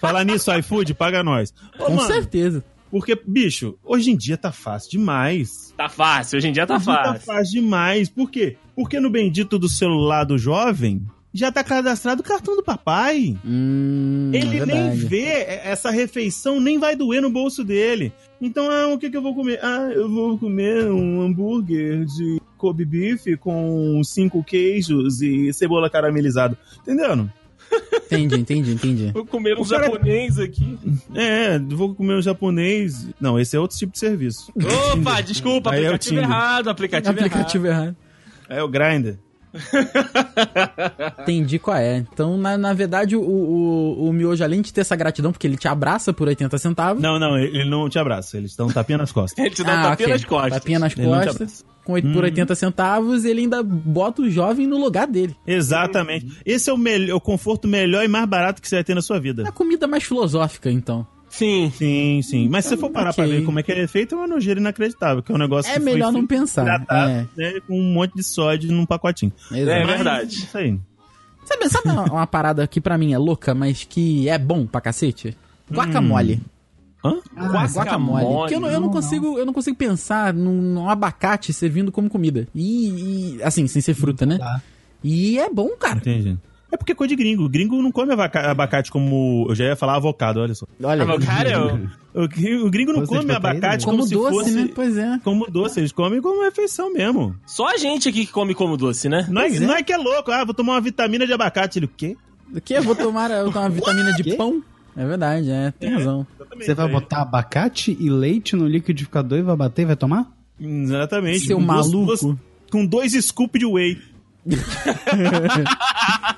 D: Falar nisso, iFood, paga nós. Ô,
B: Com
D: mano,
B: certeza.
D: porque, bicho, hoje em dia tá fácil demais.
C: Tá fácil, hoje em dia tá
D: Hoje em dia
C: fácil.
D: fácil demais. Por quê? Porque no bendito do celular do jovem já tá cadastrado o cartão do papai.
B: Hum, é
D: Ele nem
B: verdade.
D: vê, é- essa refeição nem vai doer no bolso dele. Então, ah, o que, que eu vou comer? Ah, eu vou comer um hambúrguer de Kobe beef com cinco queijos e cebola caramelizada. Entendendo?
B: Entendi, entendi, entendi.
C: Vou comer um
D: O cara-
C: japonês aqui.
D: É, vou comer um japonês. Não, esse é outro tipo de serviço.
C: Opa, desculpa,
D: Aí é o
C: aplicativo
D: Tinder.
C: errado, aplicativo,
B: Aplicativo errado.
D: É o grinder.
B: Entendi qual é. Então, na, na verdade, o, o, o miojo, além de ter essa gratidão, porque ele te abraça por 80 centavos. Ah,
D: Não, não, ele não te abraça. Eles estão tapinha nas costas.
C: errado. Ele te dá um
D: Ah,
B: ok.
C: tapinha nas costas.
B: Tapinha nas
D: Ele não te
B: costas. Com, oit- por 80 centavos, ele ainda bota o jovem no lugar dele. Uhum.
D: Exatamente. Esse é o, melhor, o conforto melhor e mais barato que você vai ter na sua
B: É a
D: vida.
B: comida mais filosófica, então.
C: Sim.
D: Sim, sim. Mas se você for parar pra
B: ok.
D: ver como é que é feito, é uma nojeira inacreditável, que é um negócio
B: É
D: que foi
B: melhor não
D: feito-
B: pensar.
D: Tratado, né, com um monte de sódio num pacotinho.
B: É,
C: É
B: exato.
D: Mas,
C: verdade.
D: Isso aí.
B: Sabe, sabe uma, uma parada que pra mim é louca, mas que é bom pra cacete? Guacamole.
D: Hã?
E: Ah,
B: guacamole.
C: guacamole.
B: Que eu, não, eu não
E: Não,
B: consigo, eu não consigo pensar num, num abacate servindo como comida. E, e- assim, sem ser fruta, né?
E: Tá.
B: E é bom, cara.
D: Entendi. É porque é coisa de gringo. Gringo não come avaca- abacate como. Eu já ia falar avocado, olha só.
C: É
B: Olha,
C: Avocado?
D: O, gri- o gringo não
E: Doce de
D: come
E: proteína,
D: abacate é como,
B: como
D: se
B: doce,
D: fosse.
B: né? Pois é.
D: Como doce, eles comem como refeição mesmo.
C: Só a gente aqui que come como doce, né?
D: Não é,
B: Pois é.
D: não é que é louco, ah, vou tomar uma vitamina de abacate. Ele, o quê?
B: O que? Eu vou tomar, eu vou tomar uma vitamina de
E: Quê?
B: pão? É verdade, é. Tem razão.
D: Exatamente.
E: Você vai botar abacate e leite no liquidificador e vai bater e vai tomar?
D: Exatamente.
B: Seu
D: Com duas-
B: maluco.
D: duas- com dois scoops de whey.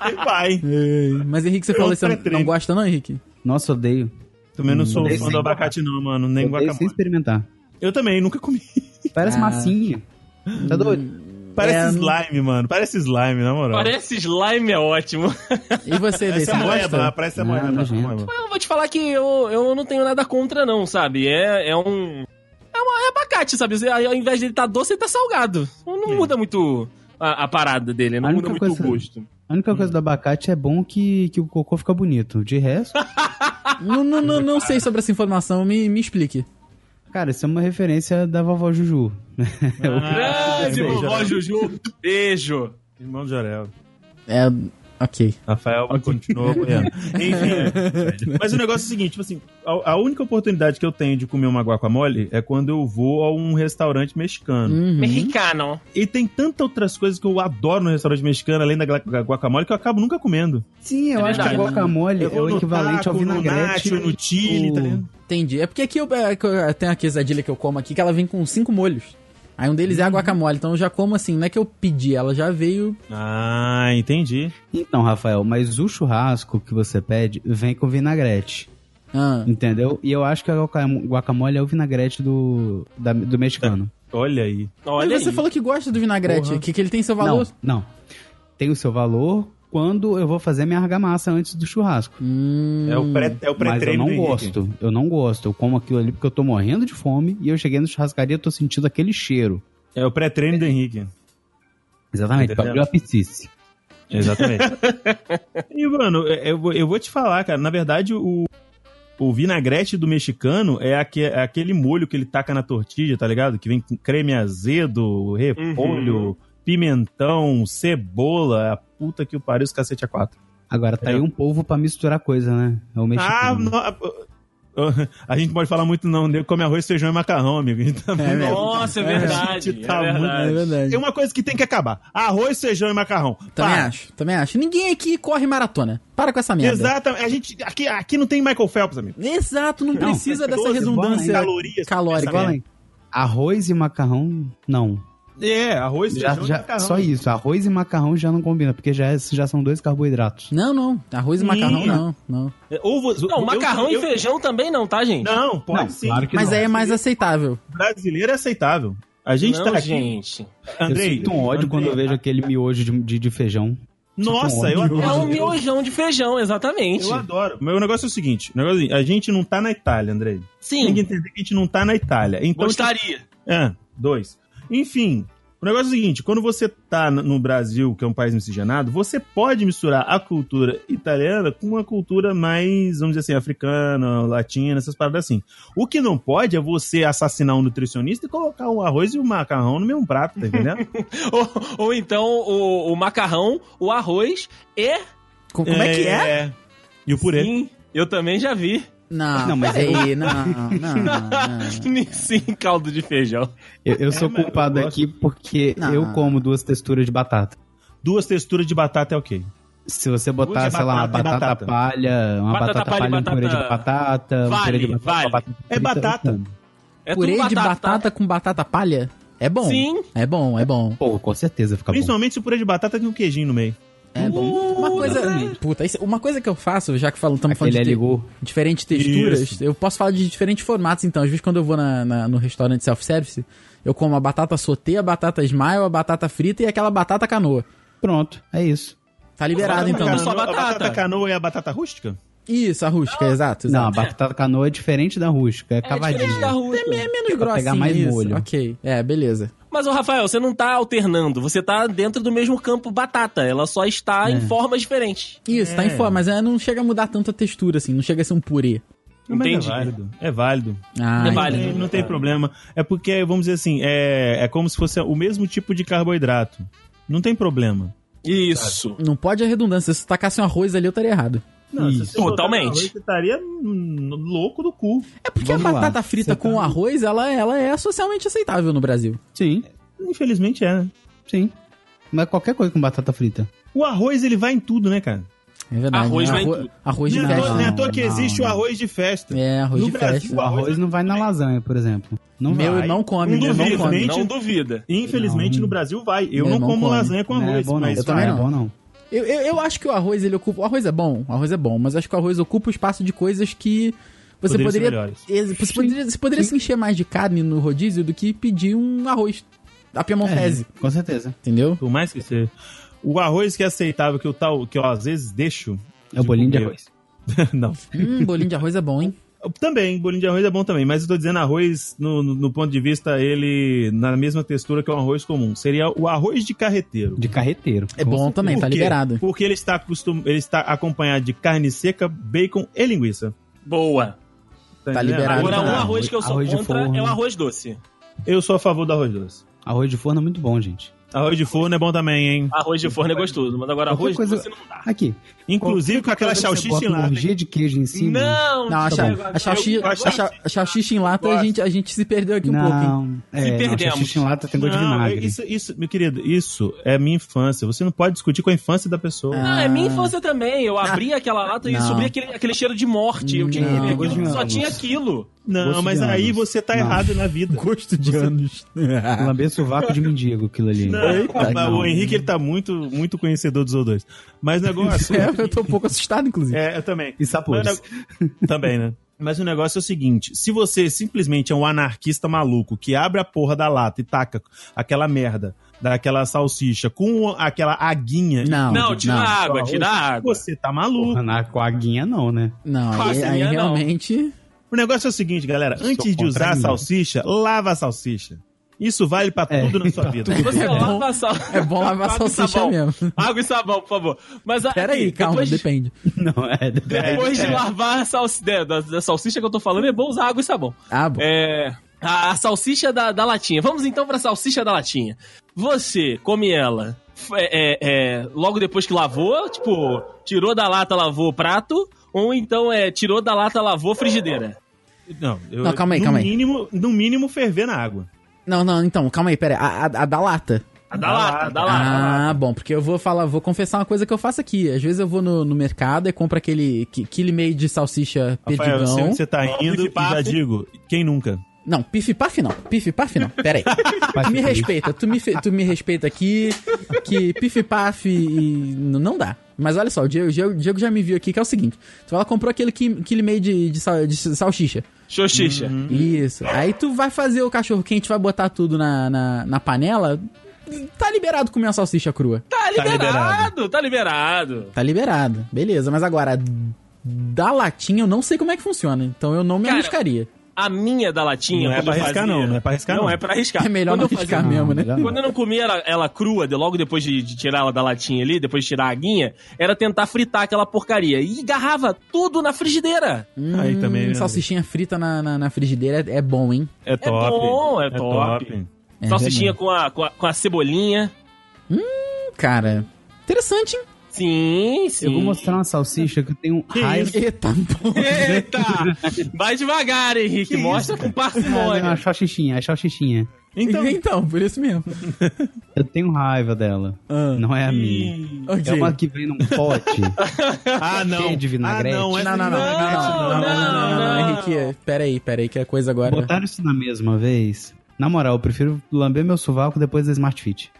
D: Ele vai.
B: É, Mas Henrique, você falou que você
D: pré-treino.
B: não gosta não, Henrique?
E: Nossa, odeio.
D: Também Hum. não sou
E: Odeio
D: fã
E: sem
D: do abacate, não, mano. Nem
E: odeio sem
D: guacamole.
E: experimentar.
D: Eu também, nunca comi.
E: Parece
B: Ah.
E: massinha. Tá doido?
D: Parece
B: É,
D: slime, mano. Parece slime, na moral.
C: Parece slime é ótimo.
B: E você, Dê,
D: Parece
B: você
D: moeba,
B: gosta?
D: parece tá?
E: Ah,
D: moeba.
E: nojento.
D: moeba.
C: Eu vou te falar que eu, eu não tenho nada contra, não, sabe? É, é um. É, uma, é abacate, sabe? Você- Ao invés dele tá doce, ele tá salgado. Não
D: É.
C: muda muito a, a parada dele, não
E: A
C: muda
E: única
C: muito
E: coisa-
C: o gosto.
E: A única coisa do abacate é bom que, que o cocô fica bonito. De resto,
B: Não, não, não, não sei sobre essa informação, me, me explique.
E: cara, isso é uma referência da vovó Juju.
D: Ah,
C: Grande
D: beijo,
C: vovó
D: Jorel.
C: Juju, beijo.
D: Irmão de Jorel.
B: É, ok.
D: Rafael continuou apoiando. Enfim. é. Mas o negócio é o seguinte, tipo assim, a, a única oportunidade que eu tenho de comer uma guacamole é quando eu vou a um restaurante mexicano.
B: Uhum.
C: Mexicano.
D: E tem tantas outras coisas que eu adoro no restaurante mexicano, além da gla- gua- guacamole, que eu acabo nunca comendo.
E: Sim, eu
C: É
E: acho que
C: verdade.
E: o guacamole
D: Eu
E: é
D: vou
E: o
D: no
E: equivalente ao
D: taco, no
E: vinagrete.
D: nacho, no chili, tá ligado?
B: Entendi. É porque aqui eu, é, que eu- é, tem uma quesadilha que eu como aqui que ela vem com cinco molhos. Aí um deles é a guacamole, então eu já como assim, não é que eu pedi, ela já veio.
D: Ah, entendi.
E: Então, Rafael, mas o churrasco que você pede vem com vinagrete,
B: Ah,
E: entendeu? E eu acho que o guacam- guacamole é o vinagrete do, da- do mexicano.
D: Olha aí.
C: Olha
B: e você
C: aí.
B: falou que gosta do vinagrete,
D: Porra.
B: que, que ele tem
D: É.
B: seu valor.
E: Não, não. Tem o seu valor quando eu vou fazer minha argamassa antes do churrasco.
B: Hum,
D: É o pré- é o
E: Mas eu
D: pré-treino
E: não
D: do Henrique.
E: gosto, eu não gosto. Eu como aquilo ali porque eu tô morrendo de fome e eu cheguei na churrascaria e tô sentindo aquele cheiro.
D: É o pré-treino do Henrique.
E: Exatamente, pra abrir o apetite.
D: é, Exatamente. e, mano, eu, eu vou te falar, cara. Na verdade, o, O vinagrete do mexicano é, aque- é aquele molho que ele taca na tortilha, tá ligado? Que vem com creme azedo, repolho, pimentão, cebola, a puta que o pariu, os cacete a quatro.
E: Agora tá aí um povo pra misturar coisa, né? É o
D: Ah,
E: mexicano.
D: no- a, a gente não pode falar muito não, nego come arroz, feijão e macarrão, amigo. A gente tá
B: É, né?
C: Nossa, é
D: É,
C: verdade.
D: gente, tá
C: é
D: muito-
B: É
C: verdade.
B: verdade.
D: Tem uma coisa que tem que acabar: arroz, feijão e macarrão.
B: Também
D: Pá.
B: acho, também acho. Ninguém aqui corre maratona. Para com essa merda.
D: Exatamente. A gente, aqui, aqui não tem Michael Phelps, amigo.
B: Exato, não, precisa dessa
D: 12
B: redundância
D: bolas, calorias,
B: calórica.
E: Igual aí. Arroz e macarrão, não.
D: É, arroz,
E: Já,
D: feijão e
E: já,
D: macarrão.
E: só isso. Arroz e macarrão já não combina, porque já, é- já são dois carboidratos.
B: Não, não. Arroz e
D: Ih,
B: macarrão, não. não.
D: É, Ou vo-
C: Não,
D: eu-
C: macarrão
D: eu-
C: e feijão também não, tá, gente?
D: Não, pode
E: Não,
D: sim.
E: claro que
B: Mas
E: não.
B: aí é mais aceitável.
D: Brasileiro é aceitável. A gente
C: Não,
D: tá aqui.
C: gente.
D: Andrei.
E: eu sinto um ódio
D: Andrei,
E: quando eu vejo aquele miojo de, de, de feijão.
D: Nossa, eu
E: ódio.
D: adoro.
C: É um
D: eu,
C: miojão de feijão, exatamente.
D: adoro. Meu negócio é o seguinte: o negócio é o seguinte, a gente não tá na Itália, Andrei. Tem que
C: Sim,
D: entender que a gente não tá na Itália. Então,
C: gostaria.
D: É, dois. Enfim, o negócio é o seguinte: quando você tá n- no Brasil, que é um país miscigenado, você pode misturar a cultura italiana com uma cultura mais, vamos dizer assim, africana, latina, essas paradas assim. O que não pode é você assassinar um nutricionista e colocar o arroz e o macarrão no mesmo prato, tá entendendo?
C: Ou, ou então o, o macarrão, o arroz e.
B: Com- Como é, que é?
D: E o purê.
C: Sim, eu também já vi.
B: Não,
E: Não, mas
B: peraí, não, não, não.
C: Sim, caldo de feijão.
E: Eu, eu sou
D: mas É, eu
E: culpado
D: gosto.
E: aqui porque
B: Não.
E: eu como duas texturas de batata.
D: Duas texturas de batata é ok.
E: Se você
D: Duas
E: botar,
D: de
E: sei lá, uma
D: batata e
E: batata,
D: batata.
E: palha, uma
C: Batata
E: batata,
C: palha e
E: palha, um purê de
C: batata-
E: batata, um purê de
C: Vale,
E: batata, uma
C: vale.
D: É
E: batata frita,
D: batata.
E: eu como.
C: É
B: Purê
C: tudo
B: de batata com batata palha? É bom.
C: Sim.
B: É bom, é bom.
E: Pô, com certeza fica bom.
D: Principalmente se o purê de batata tem um queijinho no meio.
B: É bom. Uma coisa. Puta, isso- uma coisa que eu faço, já que falando, estamos falando
E: Aquele
B: de te-
E: ligou.
B: diferentes texturas,
D: Isso.
B: eu posso falar de diferentes formatos, então. Às vezes, quando eu vou na, na- no restaurante self-service, eu como a batata sotê, a batata smile, a batata frita e aquela batata canoa.
E: Pronto, é isso.
B: Tá liberado, então.
C: canoa.
B: né?
C: só
D: a
C: batata.
D: batata canoa e a batata rústica?
B: Isso, a rústica, exato,
E: Não, a
B: exato.
E: batata canoa é diferente da rústica, é, cavadinha.
C: diferente da rua.
B: é menos
E: pra
B: grossa.
E: pegar mais
B: isso.
E: molho.
B: Ok, é, beleza.
C: Mas, ô Rafael, você não tá alternando, você tá dentro do mesmo campo batata, ela só está em formas diferentes.
B: Isso, tá em forma, mas é, não chega a mudar tanto a textura, assim, não chega a ser um purê.
D: Mas
C: Entendi.
D: É válido. É válido.
B: Ah,
C: É
B: então.
C: válido.
D: Não, não tem problema. É porque, vamos dizer assim, é, é como se fosse o mesmo tipo de carboidrato. Não tem problema.
C: Isso.
B: Não pode a redundância. Se você tacasse um arroz ali, eu estaria errado.
D: Não,
E: se
C: você Totalmente. botar no arroz,
D: Você estaria louco do cu.
B: É porque
E: Vamos
B: a
E: lá.
B: batata frita
E: Você
B: com
E: tá-
B: arroz, ela, ela é socialmente aceitável no Brasil.
E: Sim,
D: Infelizmente é. né?
E: sim. Mas qualquer coisa com batata frita.
D: O arroz, ele vai em tudo, né, cara?
B: É verdade.
C: Arroz
B: né?
C: vai em
B: Arro-
C: tudo.
B: Arroz de
D: não, é à toa-
B: festa. né?
D: não é à toa que
E: não,
D: existe
E: não.
D: o arroz de festa.
B: É, arroz
D: No
B: de
D: Brasil,
B: festa.
E: O arroz não vai na lasanha, por exemplo. Não
B: Meu
E: vai.
B: irmão come,
D: Não
B: meu irmão
D: duvido,
B: come.
D: nem-
C: Não duvida.
D: Infelizmente
E: Não.
D: no Brasil vai. Eu
B: Meu
D: não
B: irmão
D: como
B: É come.
D: lasanha com
E: Não é
D: arroz,
E: bom não,
D: mas
E: eu também
B: vai.
E: não. é bom não.
B: Eu, eu, eu acho que o arroz, ele ocupa... O arroz é bom, o arroz é bom, mas acho que o arroz ocupa o espaço de coisas que... Você
D: Poderiam ser
B: poderia...
D: melhores.
B: ex- Você poderia, você poderia se encher mais de carne no rodízio do que pedir um arroz. A piemontese,
E: É, com certeza.
B: entendeu?
D: por mais que seja. O arroz que é aceitável, que eu, tal, que eu às vezes deixo...
E: É o bolinho de
D: comer.
E: arroz.
D: não.
B: Hum, bolinho de arroz é bom, hein?
D: Também, bolinho de arroz é bom também, mas eu tô dizendo arroz no, no- no ponto de vista, ele na mesma textura que o arroz comum. Seria o arroz de carreteiro.
E: De carreteiro.
B: É bom também,
D: Por
B: tá
D: quê?
B: liberado.
D: Porque ele está, acostum... ele está acompanhado de carne seca, bacon e linguiça.
C: Boa.
B: Tá
D: entendendo?
B: liberado.
C: Agora,
B: Arroz-
C: um arroz que eu sou
E: arroz de
C: contra
E: forno.
C: é o arroz doce.
D: Eu sou a favor do arroz doce.
E: Arroz de forno é muito bom, gente.
D: Arroz de forno é bom também, hein?
C: Arroz de forno é gostoso, mas agora
E: Qualquer
C: arroz
E: coisa-
C: doce não dá.
E: Aqui.
D: Inclusive com aquela
E: Quando você
D: salsicha
E: bota
D: em
E: uma
D: lata. hein?
E: orgia de queijo em cima.
C: Não,
B: Não, a,
E: Tá
B: cha-
E: bom.
B: a xaxi-
D: Eu- eu
B: a cha- a xaxixa em lata, a gente, a gente se perdeu aqui um pouco, hein?
E: Não, é, não,
C: perdemos.
E: salsicha em lata tem gosto de
D: Não, é
E: vinagre.
D: isso, isso, meu querido, isso é minha infância. Você não pode discutir com a infância da pessoa.
E: Ah.
C: Não, é minha infância também. Eu abri aquela lata e
B: Ah. Não.
C: subi aquele, aquele cheiro de morte. Eu tinha
B: Não,
C: que beber aquilo, só
E: não.
C: tinha aquilo.
D: não,
E: Gosto
D: mas
E: de
D: aí
E: anos.
D: você tá
E: Não.
D: errado na vida.
B: Gosto de anos.
E: Lamber sovaco de mendigo, aquilo ali.
D: Não,
E: Eita,
D: mas
E: não.
D: o Henrique ele tá muito, muito conhecedor dos odores. Mas o negócio.
B: É, eu tô um pouco assustado, inclusive.
D: é, eu também.
E: E sapores.
D: Mas o neg- Também, né? Mas o negócio é o seguinte: se você simplesmente é um anarquista maluco que abre a porra da lata e taca aquela merda daquela salsicha com aquela aguinha.
B: Não,
C: Não,
B: não,
C: tira a água,
D: arroz,
C: tira a água.
D: Você tá maluco.
E: Porra, na- com a aguinha não, né?
B: não.
C: Faça
B: aí, aí
C: minha, não.
B: realmente.
D: O negócio é o seguinte, galera:
E: Sou
D: antes de
E: contra
D: usar a
E: mim.
D: salsicha, lava a salsicha. Isso vale pra
E: É,
D: tudo na sua vida.
C: Você
B: É bom-
C: lava a sal...
B: É bom lavar
C: Água e
B: salsicha
C: sabão.
B: mesmo.
C: Água e sabão, por favor. Mas a-
B: Peraí, calma,
C: depois,
B: depende.
E: Não, é.
C: Depois
D: É,
C: de
D: é.
C: lavar a salsicha, da, da salsicha que eu tô falando, é bom usar água e sabão.
B: Ah, bom.
C: É. A, a salsicha da, da latinha. Vamos então pra salsicha da latinha. Você come ela f- é, é, é, logo depois que lavou, tipo, tirou da lata, lavou o prato, ou então é tirou da lata, lavou frigideira.
D: Não, eu,
B: Não, calma aí,
D: no
B: calma aí.
D: Mínimo, no mínimo, ferver na água.
B: Não, não, então, calma aí, pera aí. A, a, a da lata.
C: A Tá da lata, a da lata.
B: Ah, bom, porque eu vou falar, vou confessar uma coisa que eu faço aqui. Às vezes eu vou no, no mercado e compro aquele qui- quilo e meio de salsicha
C: assim
D: Rafael, eu sei
B: perdigão.
D: onde você tá indo e já digo, quem nunca?
B: Não, pif paf não. Pif paf não. Pera aí.
E: Paf,
B: tu me
E: pif.
B: respeita, tu me, fe- tu me respeita aqui, que pif paf e n- não dá. Mas olha só, o Diego, o Diego- o Diego já me viu aqui, que é o seguinte. Tu ela comprou aquele qui- quilo e meio de, de, sal- de salsicha.
D: Ah.
C: Xoxixa.
D: Uhum.
B: Isso. Aí tu vai fazer o cachorro quente, vai botar tudo na, na, na panela. Tá liberado comer uma salsicha crua.
C: Tá liberado, tá liberado.
D: liberado.
B: Tá liberado. Beleza, mas agora, da latinha eu não sei como é que funciona. Então eu não me
C: Cara,
B: arriscaria.
C: A minha da latinha.
D: Não é
C: quando
D: pra
C: eu
D: arriscar,
C: fazia-
D: não, não é pra arriscar,
C: Não
D: não.
C: é pra arriscar.
B: É melhor
C: Quando
B: não
C: eu fazia- um-
B: arriscar mesmo, né?
E: melhor não.
C: Quando eu não comia ela, ela crua, de- logo depois de, de tirar ela da latinha ali, depois de tirar a aguinha, era tentar fritar aquela porcaria. E agarrava tudo na frigideira.
B: Hum,
D: Aí também, né?
B: Salsichinha frita na, na, na frigideira é, é bom, hein?
D: É top.
C: bom, é top.
B: É
C: Salsichinha com a, com, a, com a cebolinha.
B: verdade. Cara, interessante, hein?
C: Sim, sim.
E: Eu vou mostrar uma salsicha que eu tenho raiva.
B: Eita, porra.
C: Eita! Vai devagar, Henrique. Mostra com
E: Ah, não, a
C: parcimônia.
E: salsichinha, a salsichinha.
B: Então,
D: Então,
B: por isso mesmo.
E: Eu tenho raiva dela.
B: Ah,
E: Não é a minha.
B: ok.
E: É uma que vem num pote.
D: ah, não.
E: Cheio de vinagrete.
D: Ah, não, essa
B: Não, não, não, não, não, não, não, não, não, Henrique, peraí, peraí, que é coisa agora.
E: Botaram isso na mesma vez. Na moral, eu prefiro lamber meu sovaco depois da Smart Fit.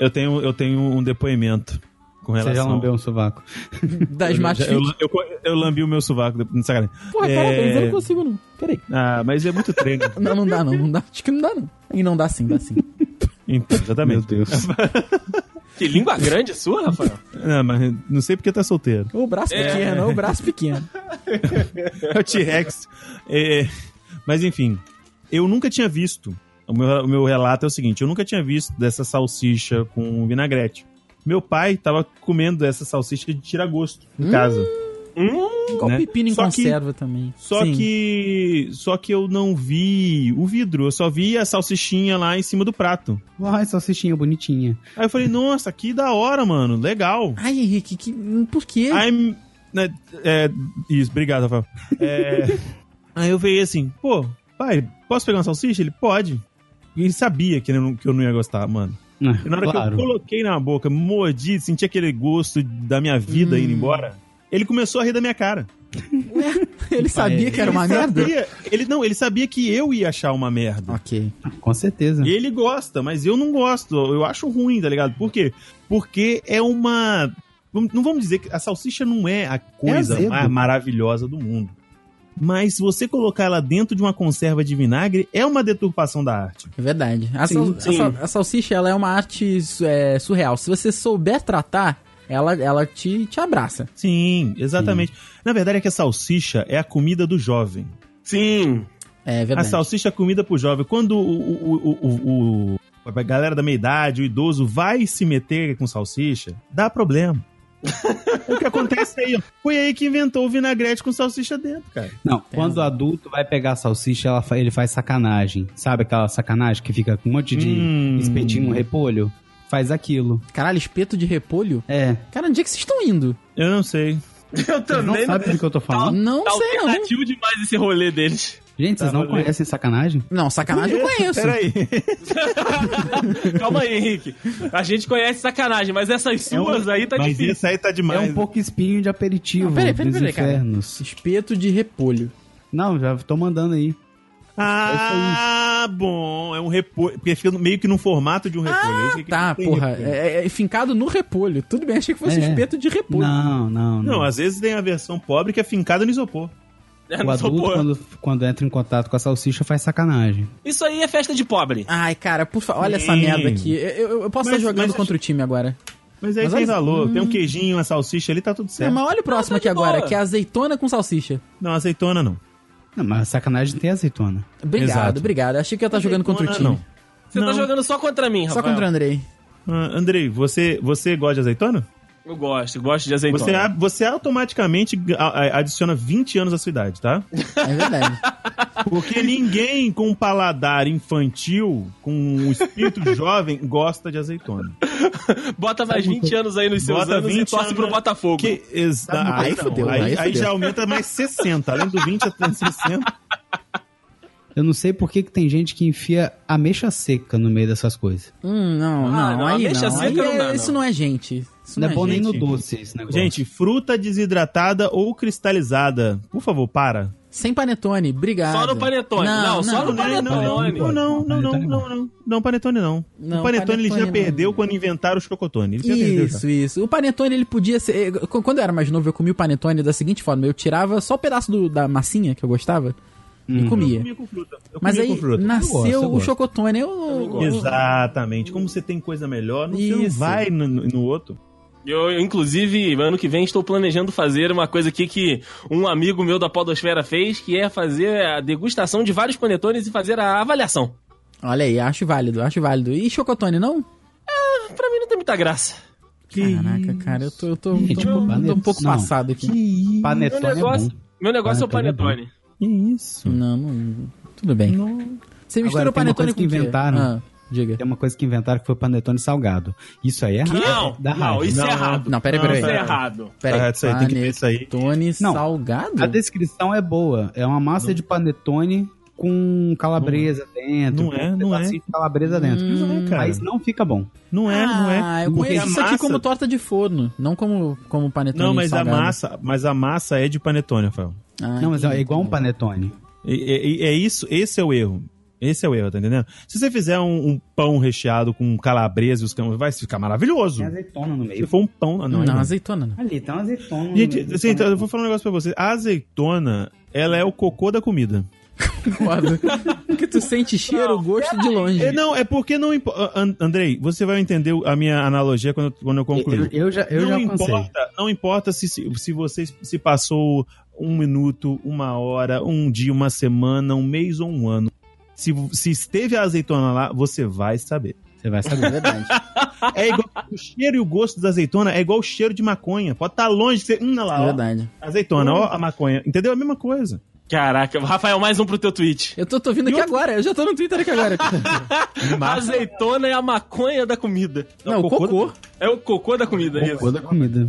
D: Eu tenho, eu tenho um depoimento com
E: Você já
D: relação...
E: lambeu um sovaco.
B: Da
D: Eu,
B: Smart
D: já- eu,
B: Fit.
D: eu, eu lambi o meu sovaco, de- sacanagem.
B: Porra,
D: É.
B: parabéns, eu não consigo não. Peraí.
D: Ah, mas é muito treino.
B: Não, não dá não, não dá. Acho que não dá não. E não dá sim, dá sim.
D: Então, exatamente.
E: Deus.
C: Que língua grande sua, Rafael.
D: Não, mas não sei porque tá solteiro.
B: O braço pequeno, o braço pequeno.
D: É o T-Rex. É, mas enfim, eu nunca tinha visto. O meu, o meu relato é o seguinte: eu nunca tinha visto dessa salsicha com vinagrete. Meu pai tava comendo essa salsicha de tiragosto em casa.
C: Hum,
B: Igual
D: Né?
B: pepino em
D: Só que-
B: conserva também.
D: Só
B: Sim.
D: que. Só que eu não vi o vidro, eu só vi a salsichinha lá em cima do prato.
E: Uai, salsichinha bonitinha.
D: Aí eu falei, nossa, que da hora, mano. Legal.
B: Ai, Henrique, que... por quê?
D: Aí. né, é, isso, obrigado, Rafael. É, aí eu veio assim, pô, pai, posso pegar uma salsicha? Ele pode. E ele sabia que eu, não, que eu não ia gostar, mano. E na hora
E: Ah, claro.
D: que eu coloquei na boca, mordi, senti aquele gosto da minha vida indo embora. Ele começou a rir da minha cara.
B: Ele sabia que era uma
D: ele
B: merda?
D: Sabia, ele não, ele sabia que eu ia achar uma merda.
B: Ok.
E: Com certeza.
D: E ele gosta, mas eu não gosto. Eu acho ruim, tá ligado? Por quê? Porque é uma. vamos- Não vamos dizer que a salsicha não é a coisa
E: azedo.
D: mais maravilhosa do mundo. Mas se você colocar ela dentro de uma conserva de vinagre, é uma deturpação da arte.
B: É verdade. A,
E: Sim,
B: sal- a
C: sim.
B: sal- a salsicha, ela é uma arte su- é, surreal. Se você souber tratar, ela, ela te, te abraça.
D: Sim, exatamente. Na verdade é que a salsicha é a comida do jovem.
C: Sim.
B: É
D: A
B: verdade.
D: salsicha é a comida pro jovem. Quando o, o, o- o- o- a galera da meia idade, o idoso, vai se meter com salsicha, dá problema. o que acontece aí? ó. Foi aí que inventou o vinagrete com salsicha dentro, cara.
E: Não, quando o adulto vai pegar a salsicha, ela fa- ele faz sacanagem. Sabe aquela sacanagem que fica com um monte de
D: Hum.
E: espetinho no repolho? Faz aquilo.
B: Caralho, espeto de repolho?
E: É.
B: Cara, onde é que vocês estão indo?
D: Eu não sei.
C: Eu
E: Vocês não
C: também não,
E: sabem do que eu tô
D: Ah,
E: falando?
B: Não
C: tá
B: sei, não.
C: alternativo demais esse rolê deles.
E: Gente, vocês
D: Tá,
E: não
D: vou ler.
E: conhecem sacanagem?
B: Não, sacanagem eu conheço.
D: Peraí.
C: Calma aí, Henrique. A gente conhece sacanagem, mas essas suas aí tá
D: É um- Mas
C: difícil.
D: isso aí tá
E: É
D: demais.
E: um pouco espinho de aperitivo
B: Não, peraí, peraí,
E: dos
B: peraí, cara.
E: infernos.
B: Espeto de repolho.
E: Não, já tô mandando aí.
D: Ah, bom. É um repolho. Porque fica meio que num formato de um repolho. Esse aqui
B: Tá,
D: não tem
B: porra.
D: repolho.
B: É, é fincado no repolho. Tudo bem, achei que fosse
E: É.
B: espeto de repolho.
E: Não, não, não.
D: Não, às vezes tem a versão pobre que é fincada no isopor.
C: É,
E: O
C: não sou
E: adulto,
C: porra.
E: quando, quando entra em contato com a salsicha, faz sacanagem.
C: Isso aí é festa de pobre.
B: Ai, cara, por favor, olha essa
D: Sim.
B: merda aqui. Eu, eu- eu posso
D: Mas-
B: estar jogando
D: mas-
B: contra o time agora.
D: Mas aí
B: Mas
D: tem
B: olha- Hum.
D: valor. Tem um queijinho, uma salsicha ali, tá tudo
B: Não,
D: certo.
B: mas olha o próximo
C: É. tá
B: aqui
C: de
B: agora,
C: boa.
B: que é azeitona com salsicha.
D: Não, azeitona não.
E: Não, mas sacanagem tem azeitona.
B: Obrigado,
D: Exato.
B: obrigado. Achei que eu tava Tá jogando contra o time.
D: Não.
C: Você tá
D: Não.
C: jogando só contra mim,
B: Só
C: Rafael.
B: contra o Andrei.
D: Ah, Andrei, você, você gosta de azeitona?
C: Eu gosto, eu gosto de azeitona.
D: Você, a- você automaticamente a- a- adiciona 20 anos à sua idade, tá?
B: É verdade.
D: Porque ninguém com um paladar infantil, com um espírito jovem, gosta de azeitona.
C: Bota mais 20 anos aí nos seus
D: um Bota
C: anos e
D: 20
C: torce
D: anos,
C: pro
D: né?
C: Botafogo.
D: Que exa-
B: Tá bom, aí
D: aí, não,
B: fudeu,
D: aí-
B: aí
D: aí
B: fudeu.
D: já aumenta mais 60. Além do 20, até 60.
E: Eu não sei por que, que tem gente que enfia ameixa seca no meio dessas coisas.
B: Hum, não,
C: Ah,
B: não,
C: não,
B: aí
C: ameixa
B: não.
C: seca
B: Aí
C: não dá,
B: é-
C: não.
B: Isso não é gente. Isso
E: Não
B: não,
E: é bom
B: gente.
E: nem no
D: gente.
E: doce esse negócio.
D: Gente, fruta desidratada ou cristalizada. Por favor, para.
B: Sem panetone, obrigado.
C: Só no panetone. Não, só no
D: Não, não,
C: panetone.
D: não, não, não, não, não, não. Não, panetone não.
B: Não,
D: o panetone, ele já
B: panetone não.
D: perdeu quando inventaram os chocotone. Ele já perdeu já.
B: Isso, isso. O panetone, ele podia ser. eh, Quando eu era mais novo, eu comia o panetone da seguinte forma: eu tirava só o pedaço do- da massinha que eu gostava e
D: Eu
B: comia.
D: comia com fruta. Eu
B: Mas
D: comia
B: aí
D: com fruta.
B: nasceu
E: Eu gosto, eu
B: o
E: gosto.
B: chocotone. Eu,
D: Exatamente. Como você tem coisa melhor, não, você não
B: Isso.
D: vai no, no- no outro.
C: Eu, eu, inclusive, ano que vem estou planejando fazer uma coisa aqui que um amigo meu da Podosfera fez, que é fazer a degustação de vários panetones e fazer a avaliação.
B: Olha aí, acho válido, acho válido. E chocotone, não?
C: Pra mim não tem muita graça.
B: Caraca, cara, eu tô, eu tô,
E: Gente,
B: tô- tô
E: panet-
B: um pouco
E: não.
B: passado aqui.
D: Que
C: Meu
E: Panetone é
C: negócio,
E: bom.
C: meu negócio é o
D: Ah, tá
E: Panetone
C: panetone.
D: isso?
B: Não, não. Tudo bem. Você mistura
E: Agora,
B: o
E: tem
B: panetone
E: uma
B: com
E: coisa
B: o
E: que
B: quê?
E: inventaram.
B: Ah, diga.
E: Tem uma coisa que inventaram que foi panetone salgado. Isso aí é errado.
C: Não,
E: Dá
C: não,
E: raiva.
C: isso
D: Ah, Não,
C: é errado.
B: Não, peraí, peraí.
C: Isso é
D: pera.
C: errado.
B: Peraí,
D: Tá, isso aí, tem que ver isso aí.
B: Panetone
E: Não.
B: salgado?
E: A descrição é boa. É uma massa de panetone com calabresa dentro.
D: Não
E: com
D: é,
E: um
D: não
E: pedacinho de calabresa dentro.
D: Não é, cara.
E: Mas não fica bom.
D: Não é, não é.
B: Ah, eu
D: Porque
B: conheço
D: a
B: isso aqui
D: massa-
B: como torta de forno, não como, como panetone
D: Não, mas
B: salgado.
D: a massa, mas a massa é de panetone, Rafael.
B: Ah,
E: não, mas é
B: entendi.
E: igual um panetone.
D: E- e- e- é isso, esse é o erro. Esse é o erro, tá entendendo? Se você fizer um, um pão recheado com calabresa e os cam- vai ficar maravilhoso.
E: Tem azeitona no
D: Se
E: meio.
D: for um pão, ah,
B: Não,
D: não,
B: é
D: aí
E: né?
D: não.
B: azeitona né? não.
E: Ali, tem uma azeitona. no meio
D: Gente,
E: do
D: assim, então, eu
E: panetone.
D: vou falar um negócio pra vocês. A azeitona, ela é o cocô da comida.
B: Concordo. Porque tu sente cheiro, gosto de longe.
D: É, não, é porque não importa. Andrei, você vai entender a minha analogia quando, eu- quando eu concluir.
E: Eu, eu já, eu
D: não
E: já alcancei.
D: importa, não importa se, se, se você se passou um minuto, uma hora, um dia, uma semana, um mês ou um ano. Se, se esteve a azeitona lá, você vai saber.
E: Você vai saber.
B: verdade.
D: É igual o cheiro e o gosto da azeitona é igual o cheiro de maconha. Pode estar longe que você. Hum, olha
B: É
D: lá, ó,
B: verdade.
D: azeitona, ó, a maconha. Entendeu? É a mesma coisa.
C: Caraca, Rafael, mais um pro teu tweet.
B: Eu tô, tô vindo aqui agora, eu já tô no Twitter aqui agora.
C: Azeitona é a maconha da comida.
B: Não, o cocô.
C: É o cocô da comida, isso.
E: Cocô da comida.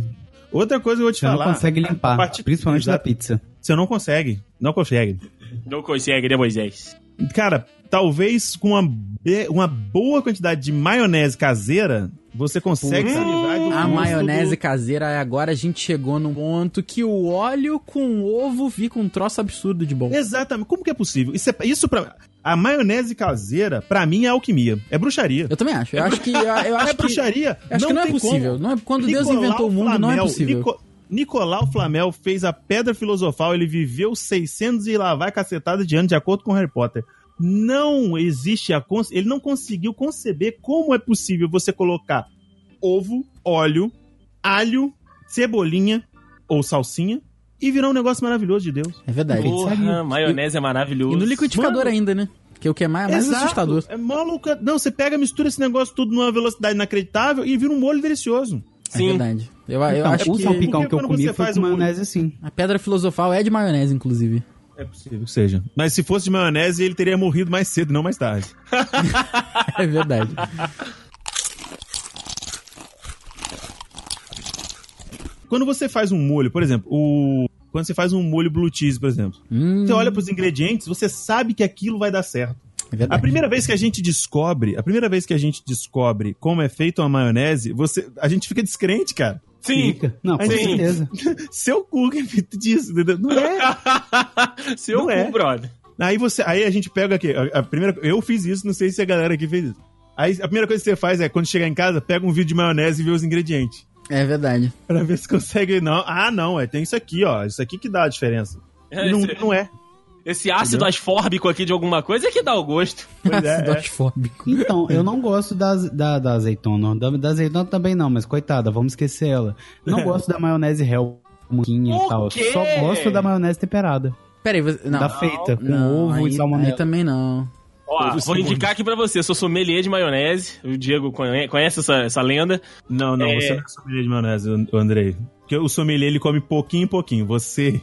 D: Outra coisa que eu vou te
E: Você
D: falar.
E: não consegue limpar,
D: Tá a parte-
E: principalmente da
D: Exato.
E: pizza.
D: Você não consegue. Não consegue.
C: Não consegue, né, Moisés?
D: Cara, talvez com uma, be- uma boa quantidade de maionese caseira, você consegue se livrar do
B: A
D: gosto
B: maionese caseira, agora a gente chegou num ponto que o óleo com ovo fica um troço absurdo de bom.
D: do- Exatamente. Como que é possível? Isso, é, isso pra... A maionese caseira, pra mim, é alquimia. É bruxaria.
B: Eu também acho. Eu acho que. Eu acho
D: é
B: que,
D: bruxaria.
B: eu acho que não é
D: tem
B: possível.
D: como.
B: Não é, quando Deus
D: Nicolau
B: inventou o mundo, não é
D: Flamel-
B: possível.
D: Nico- Nicolau Flamel fez a Pedra Filosofal, ele viveu 600 e lá vai cacetada de anos, de acordo com Harry Potter. Não existe a... con- Ele não conseguiu conceber como é possível você colocar ovo, óleo, alho, cebolinha ou salsinha e virar um negócio maravilhoso de Deus.
B: É verdade.
C: Porra, maionese é maravilhoso.
B: E no liquidificador
D: Mano.
B: ainda, né? Que é o que é mais, mais
D: Exato.
B: assustador.
D: É maluca. Não, você pega, mistura esse negócio tudo numa velocidade inacreditável e vira um molho delicioso.
B: É
C: Sim.
B: verdade. Eu, eu
E: Então,
B: acho
E: o
B: que
E: salpicão
D: Porque
E: que eu
D: quando
E: comi
D: você
E: foi
D: faz
E: com
D: um molho-
E: maionese, sim.
B: a pedra filosofal é de maionese, inclusive.
D: É possível que seja. Mas se fosse de maionese, ele teria morrido mais cedo, não mais tarde.
B: É verdade.
D: Quando você faz um molho, por exemplo, o. Quando você faz um molho blue cheese, por exemplo,
B: Hum,
D: você olha pros ingredientes, você sabe que aquilo vai dar certo.
B: é
D: A
B: verdade.
D: primeira vez que a gente descobre, a primeira vez que a gente descobre como é feita uma maionese, você, a gente fica descrente, cara.
C: Sim.
E: Fica. Não, com
D: Sim.
E: certeza.
D: Seu cu que é feito disso, entendeu? Não é.
C: Seu
D: Não
C: cu,
D: é.
C: brother.
D: Aí você, aí a gente pega aqui, a, a primeira, eu fiz isso, não sei se a galera aqui fez isso. Aí a primeira coisa que você faz é quando chegar em casa, pega um vídeo de maionese e vê os ingredientes.
B: É verdade.
D: Pra ver se consegue não. Ah, não, é tem isso aqui, ó. Isso aqui que dá a diferença.
C: É,
D: não,
C: esse,
D: não é.
C: esse ácido
D: Entendeu?
C: asfórbico aqui de alguma coisa é que dá o gosto.
D: Pois é,
B: Ácido
D: é.
B: asfóbico.
E: Então, eu não gosto da, aze- da, da azeitona. Da, da azeitona também não, mas coitada, vamos esquecer ela. Não gosto da maionese réu, manquinha e
C: Por
E: tal.
C: quê?
E: Só gosto da maionese temperada.
B: Peraí, você. Não.
E: da feita, com
B: Não,
E: ovo e
B: aí-
E: salmonela.
B: aí também não.
C: Ó,
D: Ovo
C: vou
D: sem
C: indicar aqui pra você. Eu sou sommelier de maionese. O Diego conhe- conhece essa, essa lenda.
D: Não, não,
C: É.
D: você não é sommelier de maionese, o- o Andrei. Porque o sommelier, ele come pouquinho em pouquinho. Você,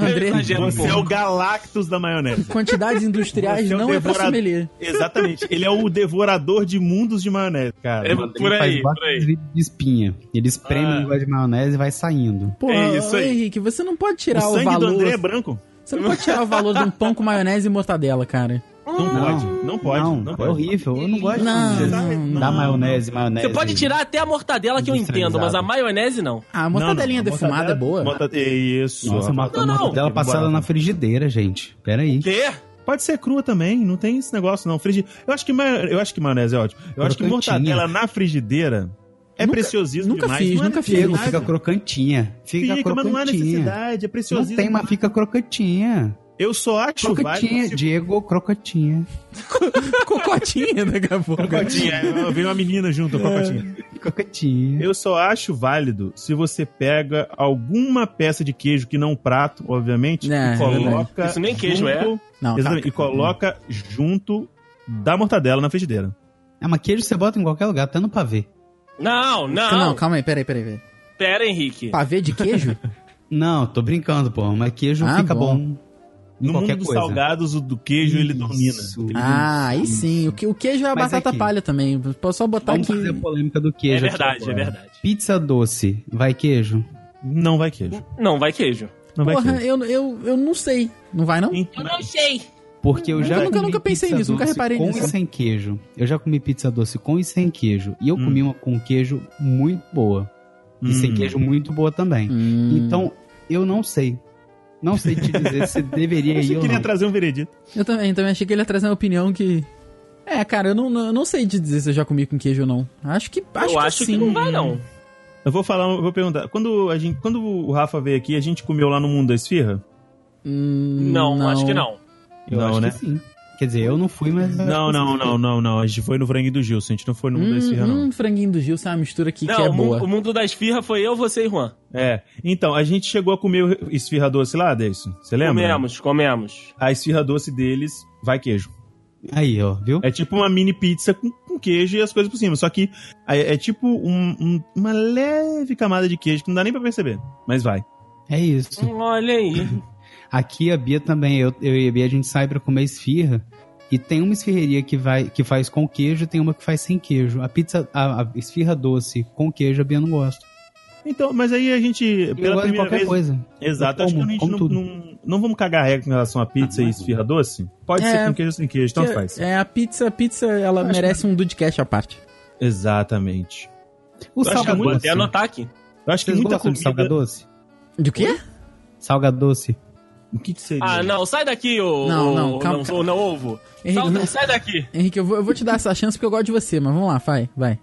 B: André,
C: Exagero um
D: você é
C: pouco.
D: o Galactus da maionese.
B: quantidades industriais
D: Você é um
B: não é pra
D: devorador.
B: sommelier.
D: Exatamente. Ele é o devorador de mundos de maionese, cara.
C: É,
E: Ele
C: por
E: faz
C: aí, por
E: vários
C: aí.
E: vidros de espinha. Ele espreme
C: Ah.
E: um negócio de maionese e vai saindo.
B: Porra,
D: É isso
B: ô,
D: aí.
B: Henrique, você não pode
D: o
B: tirar o,
D: sangue do
B: valor.
D: André é branco.
B: Você não pode tirar o valor de um pão com maionese e mortadela, cara.
D: Não, pode, não pode, não,
E: Hum. É
D: pode. tá
E: horrível, eu não gosto
B: Não,
E: disso.
B: não, não.
E: da maionese, maionese.
C: Você pode tirar até a mortadela que eu entendo, mas a maionese não.
B: Ah, a mortadelinha
D: Não, não,
B: defumada é boa.
D: Morta- é Isso.
E: Nossa, uma
C: Não, não.
E: dela passada na frigideira, gente. Pera aí.
C: Quê?
D: Pode ser crua também, não tem esse negócio não. Frigi... Eu acho que ma- eu acho que maionese é ótimo. Eu acho que
E: Crocantinha.
D: mortadela na frigideira é
B: Nunca-
D: preciosismo
B: nunca
D: demais.
B: fiz,
D: não é
B: nunca fiz.
E: Fica,
D: necessidade.
E: fica crocantinha.
D: Fica,
E: Fica,
D: mas
E: crocantinha.
D: não há necessidade, é
E: Não
D: preciosismo.
E: tem, mas fica crocantinha.
D: Eu só acho
E: Crocantinha,
D: válido se-
E: Diego, crocantinha.
B: Cocotinha daqui a pouco.
D: Crocotinha, veio É, uma menina junto, crocotinha.
E: Crocantinha.
D: Eu só acho válido se você pega alguma peça de queijo que não um prato, obviamente,
B: É,
D: e coloca.
C: Isso nem queijo é.
D: junto,
B: Não, tá.
D: Exatamente, e coloca junto da mortadela na frigideira.
E: É, mas queijo você bota em qualquer lugar, até no pavê.
C: Não, não.
B: Não, calma aí, peraí, peraí. peraí.
C: Pera, Henrique.
B: Pavê de queijo?
E: Não, tô brincando, pô. Mas queijo
B: Ah,
E: fica bom.
B: bom.
E: em
D: No mundo
E: qualquer
D: dos
E: coisa.
D: salgados, o do queijo ele domina.
E: Isso.
B: ah, aí sim. O, que- o queijo é a
E: Mas
B: batata
E: aqui- Então,
B: palha também. Posso só botar
E: Vamos
B: Tá aqui.
E: fazer a polêmica do
C: É
E: queijo. tipo, aqui
C: verdade, é
E: agora.
C: verdade.
E: Pizza doce, vai queijo?
D: Não vai queijo.
C: Não, vai queijo.
D: Não vai
B: Porra,
D: queijo.
B: eu, eu, eu não sei. Não vai, não?
D: Então,
C: sei.
E: Porque eu já
B: Eu nunca-
E: comi
B: nunca pensei
E: pizza
B: nisso, nunca
E: doce
B: reparei
E: com
B: nisso.
E: e sem queijo. Eu já comi pizza doce com e sem queijo. E eu
D: Hum.
E: comi uma com queijo muito boa. E sem
D: hum,
E: queijo muito boa também.
B: Hum.
E: Então, eu não sei. Não sei te dizer se deveria ir
D: Você
E: ou
D: queria
E: não.
D: trazer um veredito.
B: Eu também, também achei que ele ia trazer uma opinião que. É, cara, eu não, não, eu não sei te dizer se eu já comi com queijo ou não. Acho que. Acho
C: eu
B: que
C: acho
B: sim.
C: que não vai, não.
D: Eu vou falar, eu vou perguntar. Quando, a gente, quando o Rafa veio aqui, a gente comeu lá no Mundo da Esfirra?
B: Hum,
C: Não, acho que não.
E: Eu
D: Não,
E: acho
D: né?
E: que sim. Quer dizer, eu não fui, mas...
D: Não, né? não, não, não, não. A gente foi no franguinho do Gilson, a gente não foi no Mundo da Esfirra, não.
E: Uhum.
B: Hum, hum, franguinho do Gil, é uma mistura aqui que
C: não, um
B: é
C: o, mu-
B: boa.
C: o mundo da esfirra foi eu, você e Juan.
D: É. Então, a gente chegou a comer o esfirra doce lá, Deison? Você lembra?
C: Comemos, comemos.
D: A esfirra doce deles vai queijo.
E: Aí, ó, viu?
D: É tipo uma mini pizza com, com queijo e as coisas por cima. Só que é, é tipo um- um- uma leve camada de queijo que não dá nem pra perceber. Mas vai.
E: É isso.
C: Hum, Olha aí.
E: Aqui a Bia também, eu, eu e a Bia, a gente sai pra comer esfirra. E tem uma esfirreria que, vai, que faz com queijo e tem uma que faz sem queijo. A pizza, a, a esfirra doce com queijo, a Bia não gosta.
D: Então, mas aí a gente,
E: Eu
D: pela
E: gosto de
D: primeira
E: qualquer
D: vez.
E: coisa.
D: Exato,
E: Eu
D: acho que
E: como,
D: a gente
E: como
D: não,
E: tudo.
D: não, não vamos cagar a regra com relação a pizza e esfirra doce. Pode
B: É.
D: ser com queijo ou sem queijo,
E: Então
D: tanto
B: Que-
D: faz.
B: É, a pizza, a pizza, ela
D: Acho
B: merece um dudecast à parte.
D: Exatamente. Eu
E: O
D: acho que é
E: salgado
D: muito
C: Vou
E: doce.
C: até anotar aqui.
D: Eu acho que
E: Vocês
D: muita
E: gostam de assim, salgado
D: comida...
E: doce?
B: De quê?
E: Salgado doce.
D: O que, que seria?
C: Ah, não, sai daqui, ô.
B: Não, não,
C: ô-
B: calma,
C: não,
B: calma.
C: ô, não, ovo.
B: Henrique,
C: Sai-
B: não-
C: Sai daqui.
B: Henrique, eu vou, eu vou te dar essa chance porque eu gosto de você, mas vamos lá, vai, vai.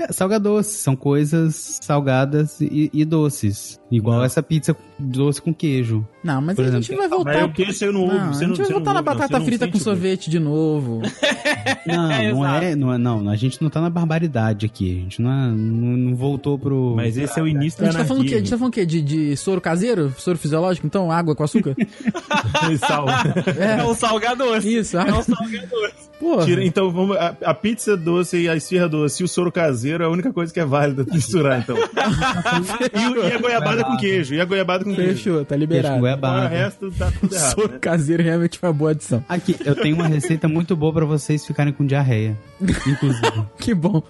E: É, Salgado doce, são coisas salgadas e, e doces. Igual
D: Não.
E: essa pizza doce com queijo.
B: Não, mas
E: Por
B: a
E: exemplo,
B: gente vai voltar.
D: Ah, Mas o queijo você não ouve.
B: Não,
D: você
B: a
D: não,
B: gente vai
D: você não
B: voltar na
D: ouve, não,
B: batata
D: você não
B: frita
D: sente
B: com
D: o gosto.
B: sorvete de novo.
E: Não,
C: É,
E: não,
C: exato.
E: é, não é. Não, a gente não tá na barbaridade aqui. A gente não, é- não, não voltou pro.
D: Mas esse é o início
B: A
D: da
B: gente tá falando o quê? A
D: anarquia.
B: gente tá falando o quê? De, de soro caseiro? Soro fisiológico? Então, água com açúcar?
D: né? Sal.
C: É um salgado doce.
B: Isso,
C: É
B: água.
C: um salgado doce.
B: Pô,
D: Tira- então, vamos, a, a pizza doce e a esfirra doce e o soro caseiro é a única coisa que é válida misturar, então. e, o- e a goiabada com queijo. E a goiabada com queijo.
B: fechou, tá
E: queijo com
B: liberado.
D: Agora, o
E: goiabada.
D: resto tá tudo errado.
B: Soro
D: né?
B: caseiro realmente foi uma boa adição.
E: Aqui, eu tenho uma receita muito boa pra vocês ficarem com diarreia. Inclusive.
B: Que bom.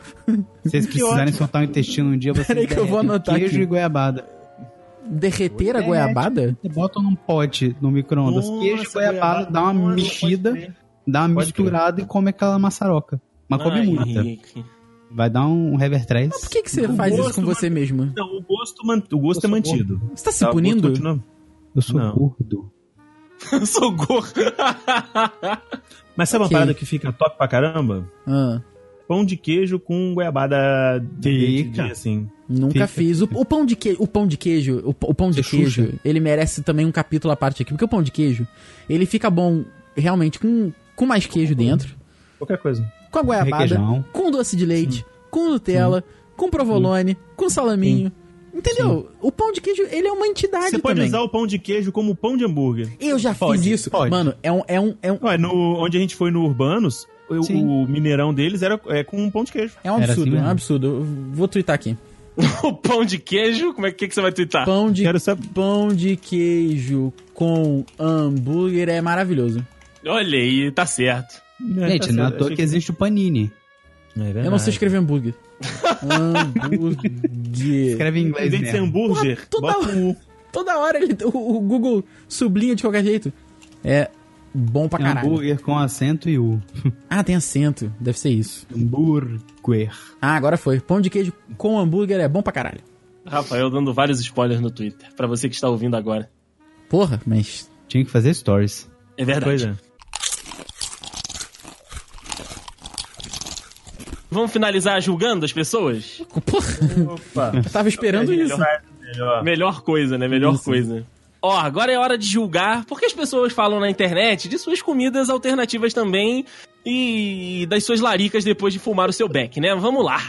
E: Se vocês precisarem soltar o intestino um dia, vocês
B: Peraí que eu vou
E: derretem
B: anotar
E: queijo
B: aqui.
E: e goiabada.
B: Derreter a
E: É,
B: goiabada?
E: Você bota num pote no micro-ondas,
D: Nossa,
E: queijo e goiabada, dá uma
D: nossa,
E: mexida,
D: pode crer.
E: dá uma
D: Pode
E: misturada e come aquela maçaroca. Mas come né?
C: Ai,
E: muita.
C: Henrique.
E: Vai dar um rever 3.
B: Por que, que você faz isso com
D: gosto,
B: você mesmo?
D: Não, o gosto, man- o gosto é
E: Nossa,
D: mantido.
B: Você tá se
D: Tá, o gosto
B: punindo?
D: continua-
E: Eu sou
D: Não.
E: gordo.
C: Eu sou gordo.
D: Mas sabe uma
B: Ok.
D: parada que fica top pra caramba?
B: Ah,
D: Pão de queijo com goiabada de leite,
E: Fica.
D: assim.
B: nunca
E: Fica.
B: fiz. O, o pão de queijo, o pão de queijo, o, p- o pão de
E: Você
B: queijo,
E: chucha?
B: ele merece também um capítulo à parte aqui, porque o pão de queijo, ele fica bom realmente com, com mais queijo dentro,
D: Qualquer coisa.
B: com É a goiabada,
E: Requeijão.
B: com doce de leite, com Nutella, com provolone, com salaminho, Entendeu? O pão de queijo, ele é uma entidade
D: Você pode
B: também.
D: usar o pão de queijo como pão de hambúrguer.
B: Eu já
D: Pode,
B: fiz isso.
D: pode.
B: Mano, é um... É um, é um...
D: Ué, no, onde a gente foi no Urbanos, eu-
E: Sim.
D: o mineirão deles era é, com um pão de queijo.
B: É um
E: Era
B: absurdo,
E: assim
B: é um
E: mesmo.
B: absurdo. Eu Vou twittar aqui.
C: O pão de queijo? Como é que, que você vai twittar?
B: Pão de,
D: Ah, Quero saber.
B: pão de queijo com hambúrguer é maravilhoso.
C: Olha aí, tá certo.
D: né,
E: Gente, não é à toa que existe o panini.
D: É
B: Eu não sei escrever hambúrguer. hambúrguer.
E: Escreve em
D: Em
E: inglês
D: vez de ser
E: mesmo.
D: hambúrguer,
B: Porra, toda
D: bota um U.
B: Toda hora ele, o, o Google sublinha de qualquer jeito. É bom pra
E: É
B: caralho.
E: Hambúrguer com acento e U.
B: Ah, tem acento. Deve ser isso.
E: Hambúrguer.
B: Ah, agora foi. Pão de queijo com hambúrguer é bom pra caralho.
C: Rafael dando vários spoilers no Twitter, pra você que está ouvindo agora.
B: Porra, mas.
E: Tinha que fazer stories.
C: É verdade.
D: Pois é.
C: Vamos finalizar julgando as pessoas?
B: Porra,
D: Opa.
B: eu tava
D: É
B: esperando isso.
C: Melhor coisa, né? Melhor
B: Isso.
C: coisa. Ó, agora é hora de julgar porque as pessoas falam na internet de suas comidas alternativas também e das suas laricas depois de fumar o seu beck, né? Vamos lá.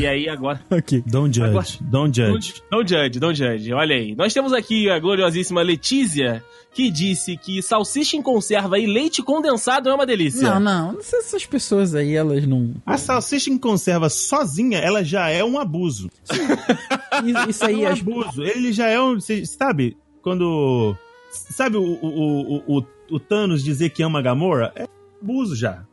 C: E aí agora...
B: Ok.
D: Don't judge, don't judge.
C: Não judge, não judge. Olha aí. Nós temos aqui a gloriosíssima Letícia, que disse que salsicha em conserva e leite condensado é uma delícia.
B: Não, não. não sei se Essas pessoas aí, elas não.
D: A salsicha em conserva sozinha, ela já é um abuso.
B: Isso- Isso aí
D: é um
B: é.
D: abuso. Ele já é um. cê Sabe? Quando. Sabe o, o, o, o, o Thanos dizer que ama Gamora? É abuso já.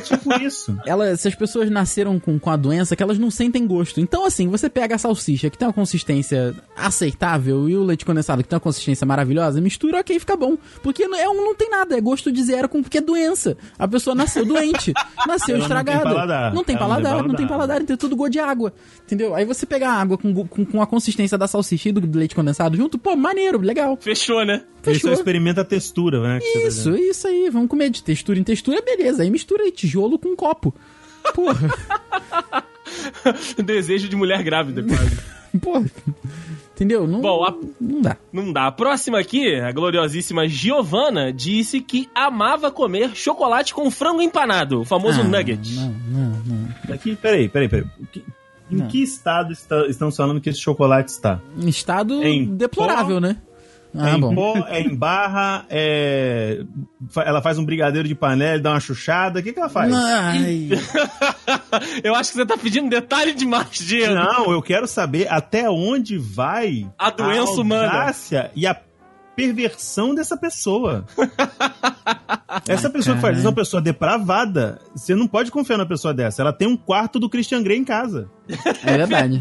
D: tipo isso.
B: Ela, se as pessoas nasceram com, com a doença, que elas não sentem gosto. Então, assim, você pega a salsicha, que tem uma consistência aceitável, e o leite condensado, que tem uma consistência maravilhosa, mistura, ok, fica bom. Porque não- é um, não tem nada, é gosto de zero, com, porque é doença. A pessoa nasceu doente, nasceu
D: Ela não
B: estragada.
D: tem paladar.
B: Não tem
D: Ela não tem
B: paladar, não tem
D: paladar.
B: paladar, então é tudo gosto de água. Entendeu? Aí você pega a água com, go- com, com a consistência da salsicha e do, do leite condensado junto, pô, maneiro, legal.
C: Fechou, né?
D: Ele só
B: Fechou.
D: experimenta a textura, né? que você tá
B: Isso, isso aí. Vamos comer de textura em textura, beleza. Aí mistura aí tijolo com copo. Porra,
C: Desejo de mulher grávida, quase.
B: porra. Entendeu? Não,
C: Bom, a-
B: não dá.
C: Não dá. A próxima aqui, a gloriosíssima Giovana, disse que amava comer chocolate com frango empanado, o famoso
B: Ah,
C: nugget.
B: Não, não, não.
D: Aqui, peraí, peraí, peraí. O que- Em
B: Não.
D: que estado está- estamos falando que esse chocolate está?
B: Em Um Estado
D: Em
B: deplorável,
D: pó?
B: né? Ah,
D: é em
B: bom.
D: pó, é em barra, é... fa- ela faz um brigadeiro de panela, dá uma chuchada, o que, que ela faz? Não.
B: Ai,
C: Eu acho que você tá pedindo detalhe demais, Diego.
D: eu quero saber até onde vai
C: A doença humana.
D: audácia e a perversão dessa pessoa. Essa pessoa que faz isso é uma pessoa depravada. Você não pode confiar numa pessoa dessa. Ela tem um quarto do Christian Grey em casa.
B: é verdade.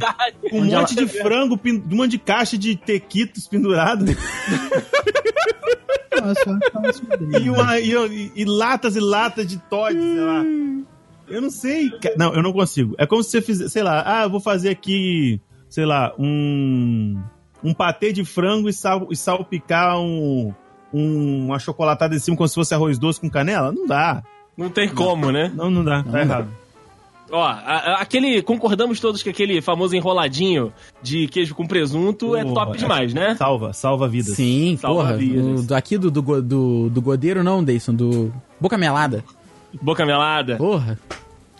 D: Com um
B: Onde
D: monte de frango, pin- um monte de caixa de tequitos pendurado. E, uma- e- e- e latas e latas de Todd, sei lá. Eu não sei. ca- Não, eu não consigo. É como se você fizesse, sei lá, ah, eu vou fazer aqui, sei lá, um. Um patê de frango e, sal, e salpicar um, um, uma chocolatada em cima como se fosse arroz doce com canela? Não dá.
C: Não tem como, né?
D: Não, não dá.
B: dá.
D: Tá errado.
C: Ó, a- a- aquele. Concordamos todos que aquele famoso enroladinho de queijo com presunto é
D: Porra,
C: top
D: é.
C: demais, né?
D: Salva, salva vidas.
B: Sim,
C: Salva
B: porra.
C: vidas.
B: O, do- aqui do, do, go- do, do Godeiro, não, Deison, do Boca Melada.
C: Boca melada.
B: Porra.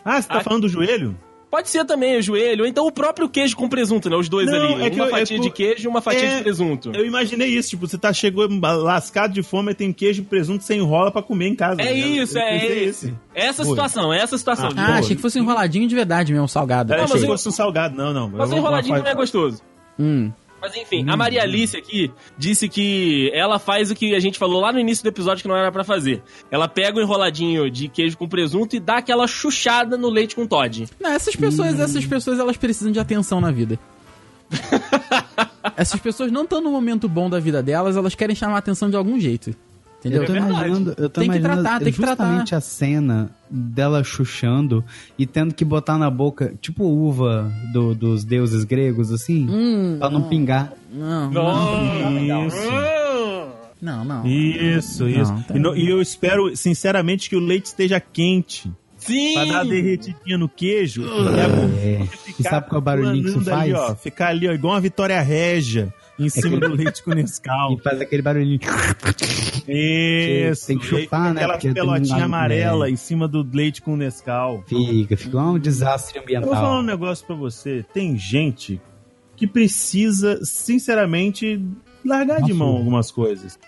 D: Ah, você tá
C: Ah,
D: falando do joelho?
C: Pode ser também o joelho, ou então o próprio queijo com presunto, né? Os dois
D: Não,
C: ali.
D: é que
C: uma
D: eu- é
C: fatia de
D: por-
C: queijo e uma fatia
D: É,
C: de presunto.
D: Eu imaginei isso, tipo, você tá chegou lascado de fome, tem queijo e presunto, você enrola pra comer em casa.
C: É
D: né?
C: isso,
D: Eu
C: é
D: pensei
C: esse.
D: isso.
C: Essa
D: Foi.
C: situação, é essa situação.
D: Ah,
C: Diego.
B: Ah,
D: Boa.
B: achei que fosse enroladinho de verdade mesmo, salgado.
D: É,
C: Não,
D: achei
C: mas
D: que
C: eu-
D: fosse um salgado, não, não.
C: Mas o
D: Eu vou-
C: enroladinho
D: vou-
C: não é gostoso.
B: Hum.
C: Mas enfim, a Maria Alice aqui disse que ela faz o que a gente falou lá no início do episódio que não era pra fazer. Ela pega o enroladinho de queijo com presunto e dá aquela chuchada no leite com Todd.
B: Não, essas pessoas,
C: Hum.
B: essas pessoas, elas precisam de atenção na vida. essas pessoas não estão no momento bom da vida delas, elas querem chamar a atenção de algum jeito. Entendeu?
E: Eu tô
C: É verdade.
E: imaginando, eu tô
B: É Tem que
E: imaginando
B: tratar, tem que
E: justamente
B: tratar.
E: a cena dela chuchando e tendo que botar na boca, tipo uva do- dos deuses gregos, assim,
B: Hum,
E: pra não pingar.
B: não,
D: Isso,
B: não, não.
D: isso, isso.
B: Não, tá
D: E, no- e eu espero, sinceramente, que o leite esteja quente.
C: Sim!
D: Pra dar uma derretidinha no queijo. e a gordura
E: É. E
D: ficar
E: sabe qual é o barulhinho que isso
D: planando ali,
E: faz? É
D: ó, ficar ali, ó, igual uma vitória régia. Em cima do leite com
E: E
D: Nescau.
E: faz aquele barulhinho.
D: Isso.
E: tem que chupar,
D: e
E: né,
D: Aquela
E: porque tem
D: pelotinha
E: um-
D: amarela
E: é.
D: em cima do leite com Nescau.
E: Fica, fica um desastre
D: Eu vou falar um
E: ambiental.
D: negócio pra você. Tem gente que precisa, sinceramente, largar de
E: Nossa. né?
D: mão algumas coisas.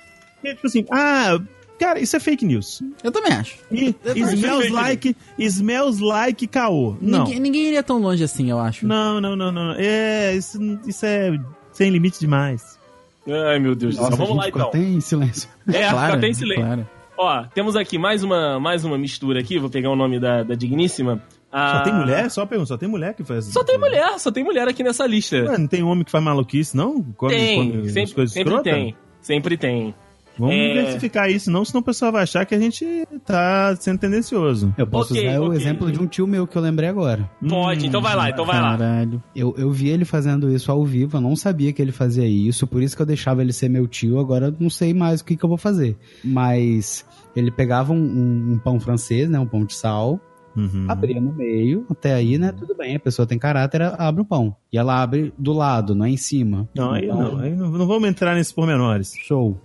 D: É tipo assim, ah, cara, isso é fake news.
B: Eu também acho.
D: E
B: também
C: acho
D: smells
C: fake
D: like, smells like caô. Não.
B: Ninguém, ninguém iria tão longe assim, eu acho.
D: Não, não, não, não. É, isso, isso é sem limite demais.
C: Ai, meu Deus do céu.
E: Nossa,
C: Vamos
E: a
C: lá,
E: gente ficou
C: então.
E: até em silêncio.
C: É,
B: Claro,
C: fica
D: né?
C: até em silêncio.
B: claro.
C: Ó, temos aqui mais uma, mais uma mistura aqui. Vou pegar o nome da, da digníssima.
D: Só
C: Ah,
D: tem mulher? Só pergunta, só tem mulher que faz
C: Só tem mulher. Só tem mulher aqui nessa lista.
D: Ué, não tem homem que faz maluquice, não? Come, come
C: tem.
D: as
C: Sempre,
D: coisas
C: sempre
D: escrotas?
C: tem. Sempre tem.
D: Vamos
C: É.
D: diversificar isso, não, senão o pessoal vai achar que a gente tá sendo tendencioso.
E: Eu posso
C: Ok,
E: usar o
C: ok.
E: exemplo de um tio meu que eu lembrei agora.
C: Pode, então vai lá, então vai
D: Hum,
C: lá.
B: Caralho.
E: Eu, eu vi ele fazendo isso ao vivo, eu não sabia que ele fazia isso, por isso que eu deixava ele ser meu tio, agora eu não sei mais o que, que eu vou fazer. Mas ele pegava um, um- um pão francês, né? Um pão de sal,
D: Uhum.
E: abria no meio, até aí, né? Tudo bem, a pessoa tem caráter, ela abre o pão. E ela abre do lado, não é em cima.
D: Não, aí
E: Então,
D: não, aí não, não vamos entrar nesses pormenores.
E: Show.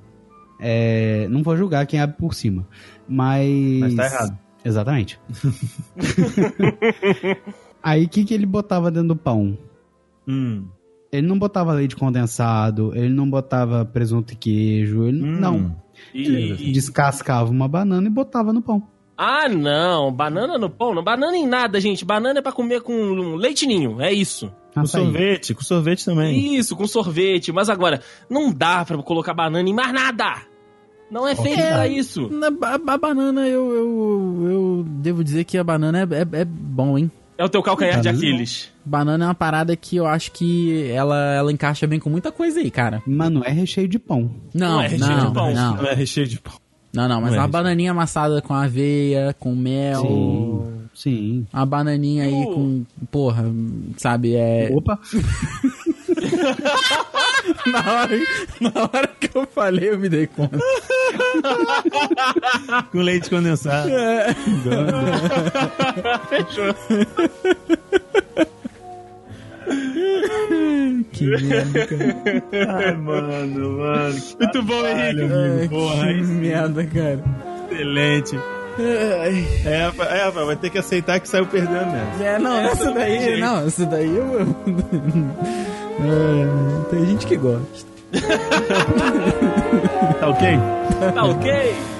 E: É, não vou julgar quem abre por cima. Mas.
D: Mas tá errado.
E: Exatamente. Aí o que, que ele botava dentro do pão?
D: Hum.
E: Ele não botava leite condensado, ele não botava presunto e queijo, ele
D: Hum.
E: não.
C: E- e-
E: Descascava uma banana e botava no pão.
C: Ah, não. Banana no pão? Não. Banana em nada, gente. Banana é pra comer com leite ninho. É isso.
D: Com
E: Açaí.
D: sorvete, com sorvete também.
C: Isso, com sorvete. Mas agora, não dá pra colocar banana em mais nada. Não é feito pra isso.
B: Na, a, a banana, eu, eu, eu devo dizer que a banana é, é, é bom, hein?
C: É o teu calcanhar de
E: Banana não.
C: Aquiles.
B: Banana é uma parada que eu acho que ela, ela encaixa bem com muita coisa aí, cara.
E: Mas não é recheio de pão.
B: Não,
C: Não é recheio
B: não,
C: de pão.
B: não.
D: Não é recheio de pão.
B: Não, não, mas
D: Não é
B: uma
D: isso.
B: bananinha amassada com aveia, com mel.
E: Sim. Sim.
B: Uma bananinha aí
C: Uh.
B: com. Porra, sabe? É.
E: Opa!
B: na, hora, na hora que eu falei, eu me dei conta.
D: Com leite condensado.
B: Que merda,
D: Ai, mano, mano.
C: Muito bom, Henrique.
B: cara.
D: Porra,
B: É, que
D: aí sim.
B: merda, cara.
D: Excelente.
B: Ai,
D: É, Rafa- é, Rafa, vai ter que aceitar que saiu perdendo né?
B: É, não,
C: Essa
B: essa
C: não tem
B: daí.
C: jeito.
B: Não, essa daí eu. É, tem gente que gosta.
D: Tá ok?
C: Tá ok?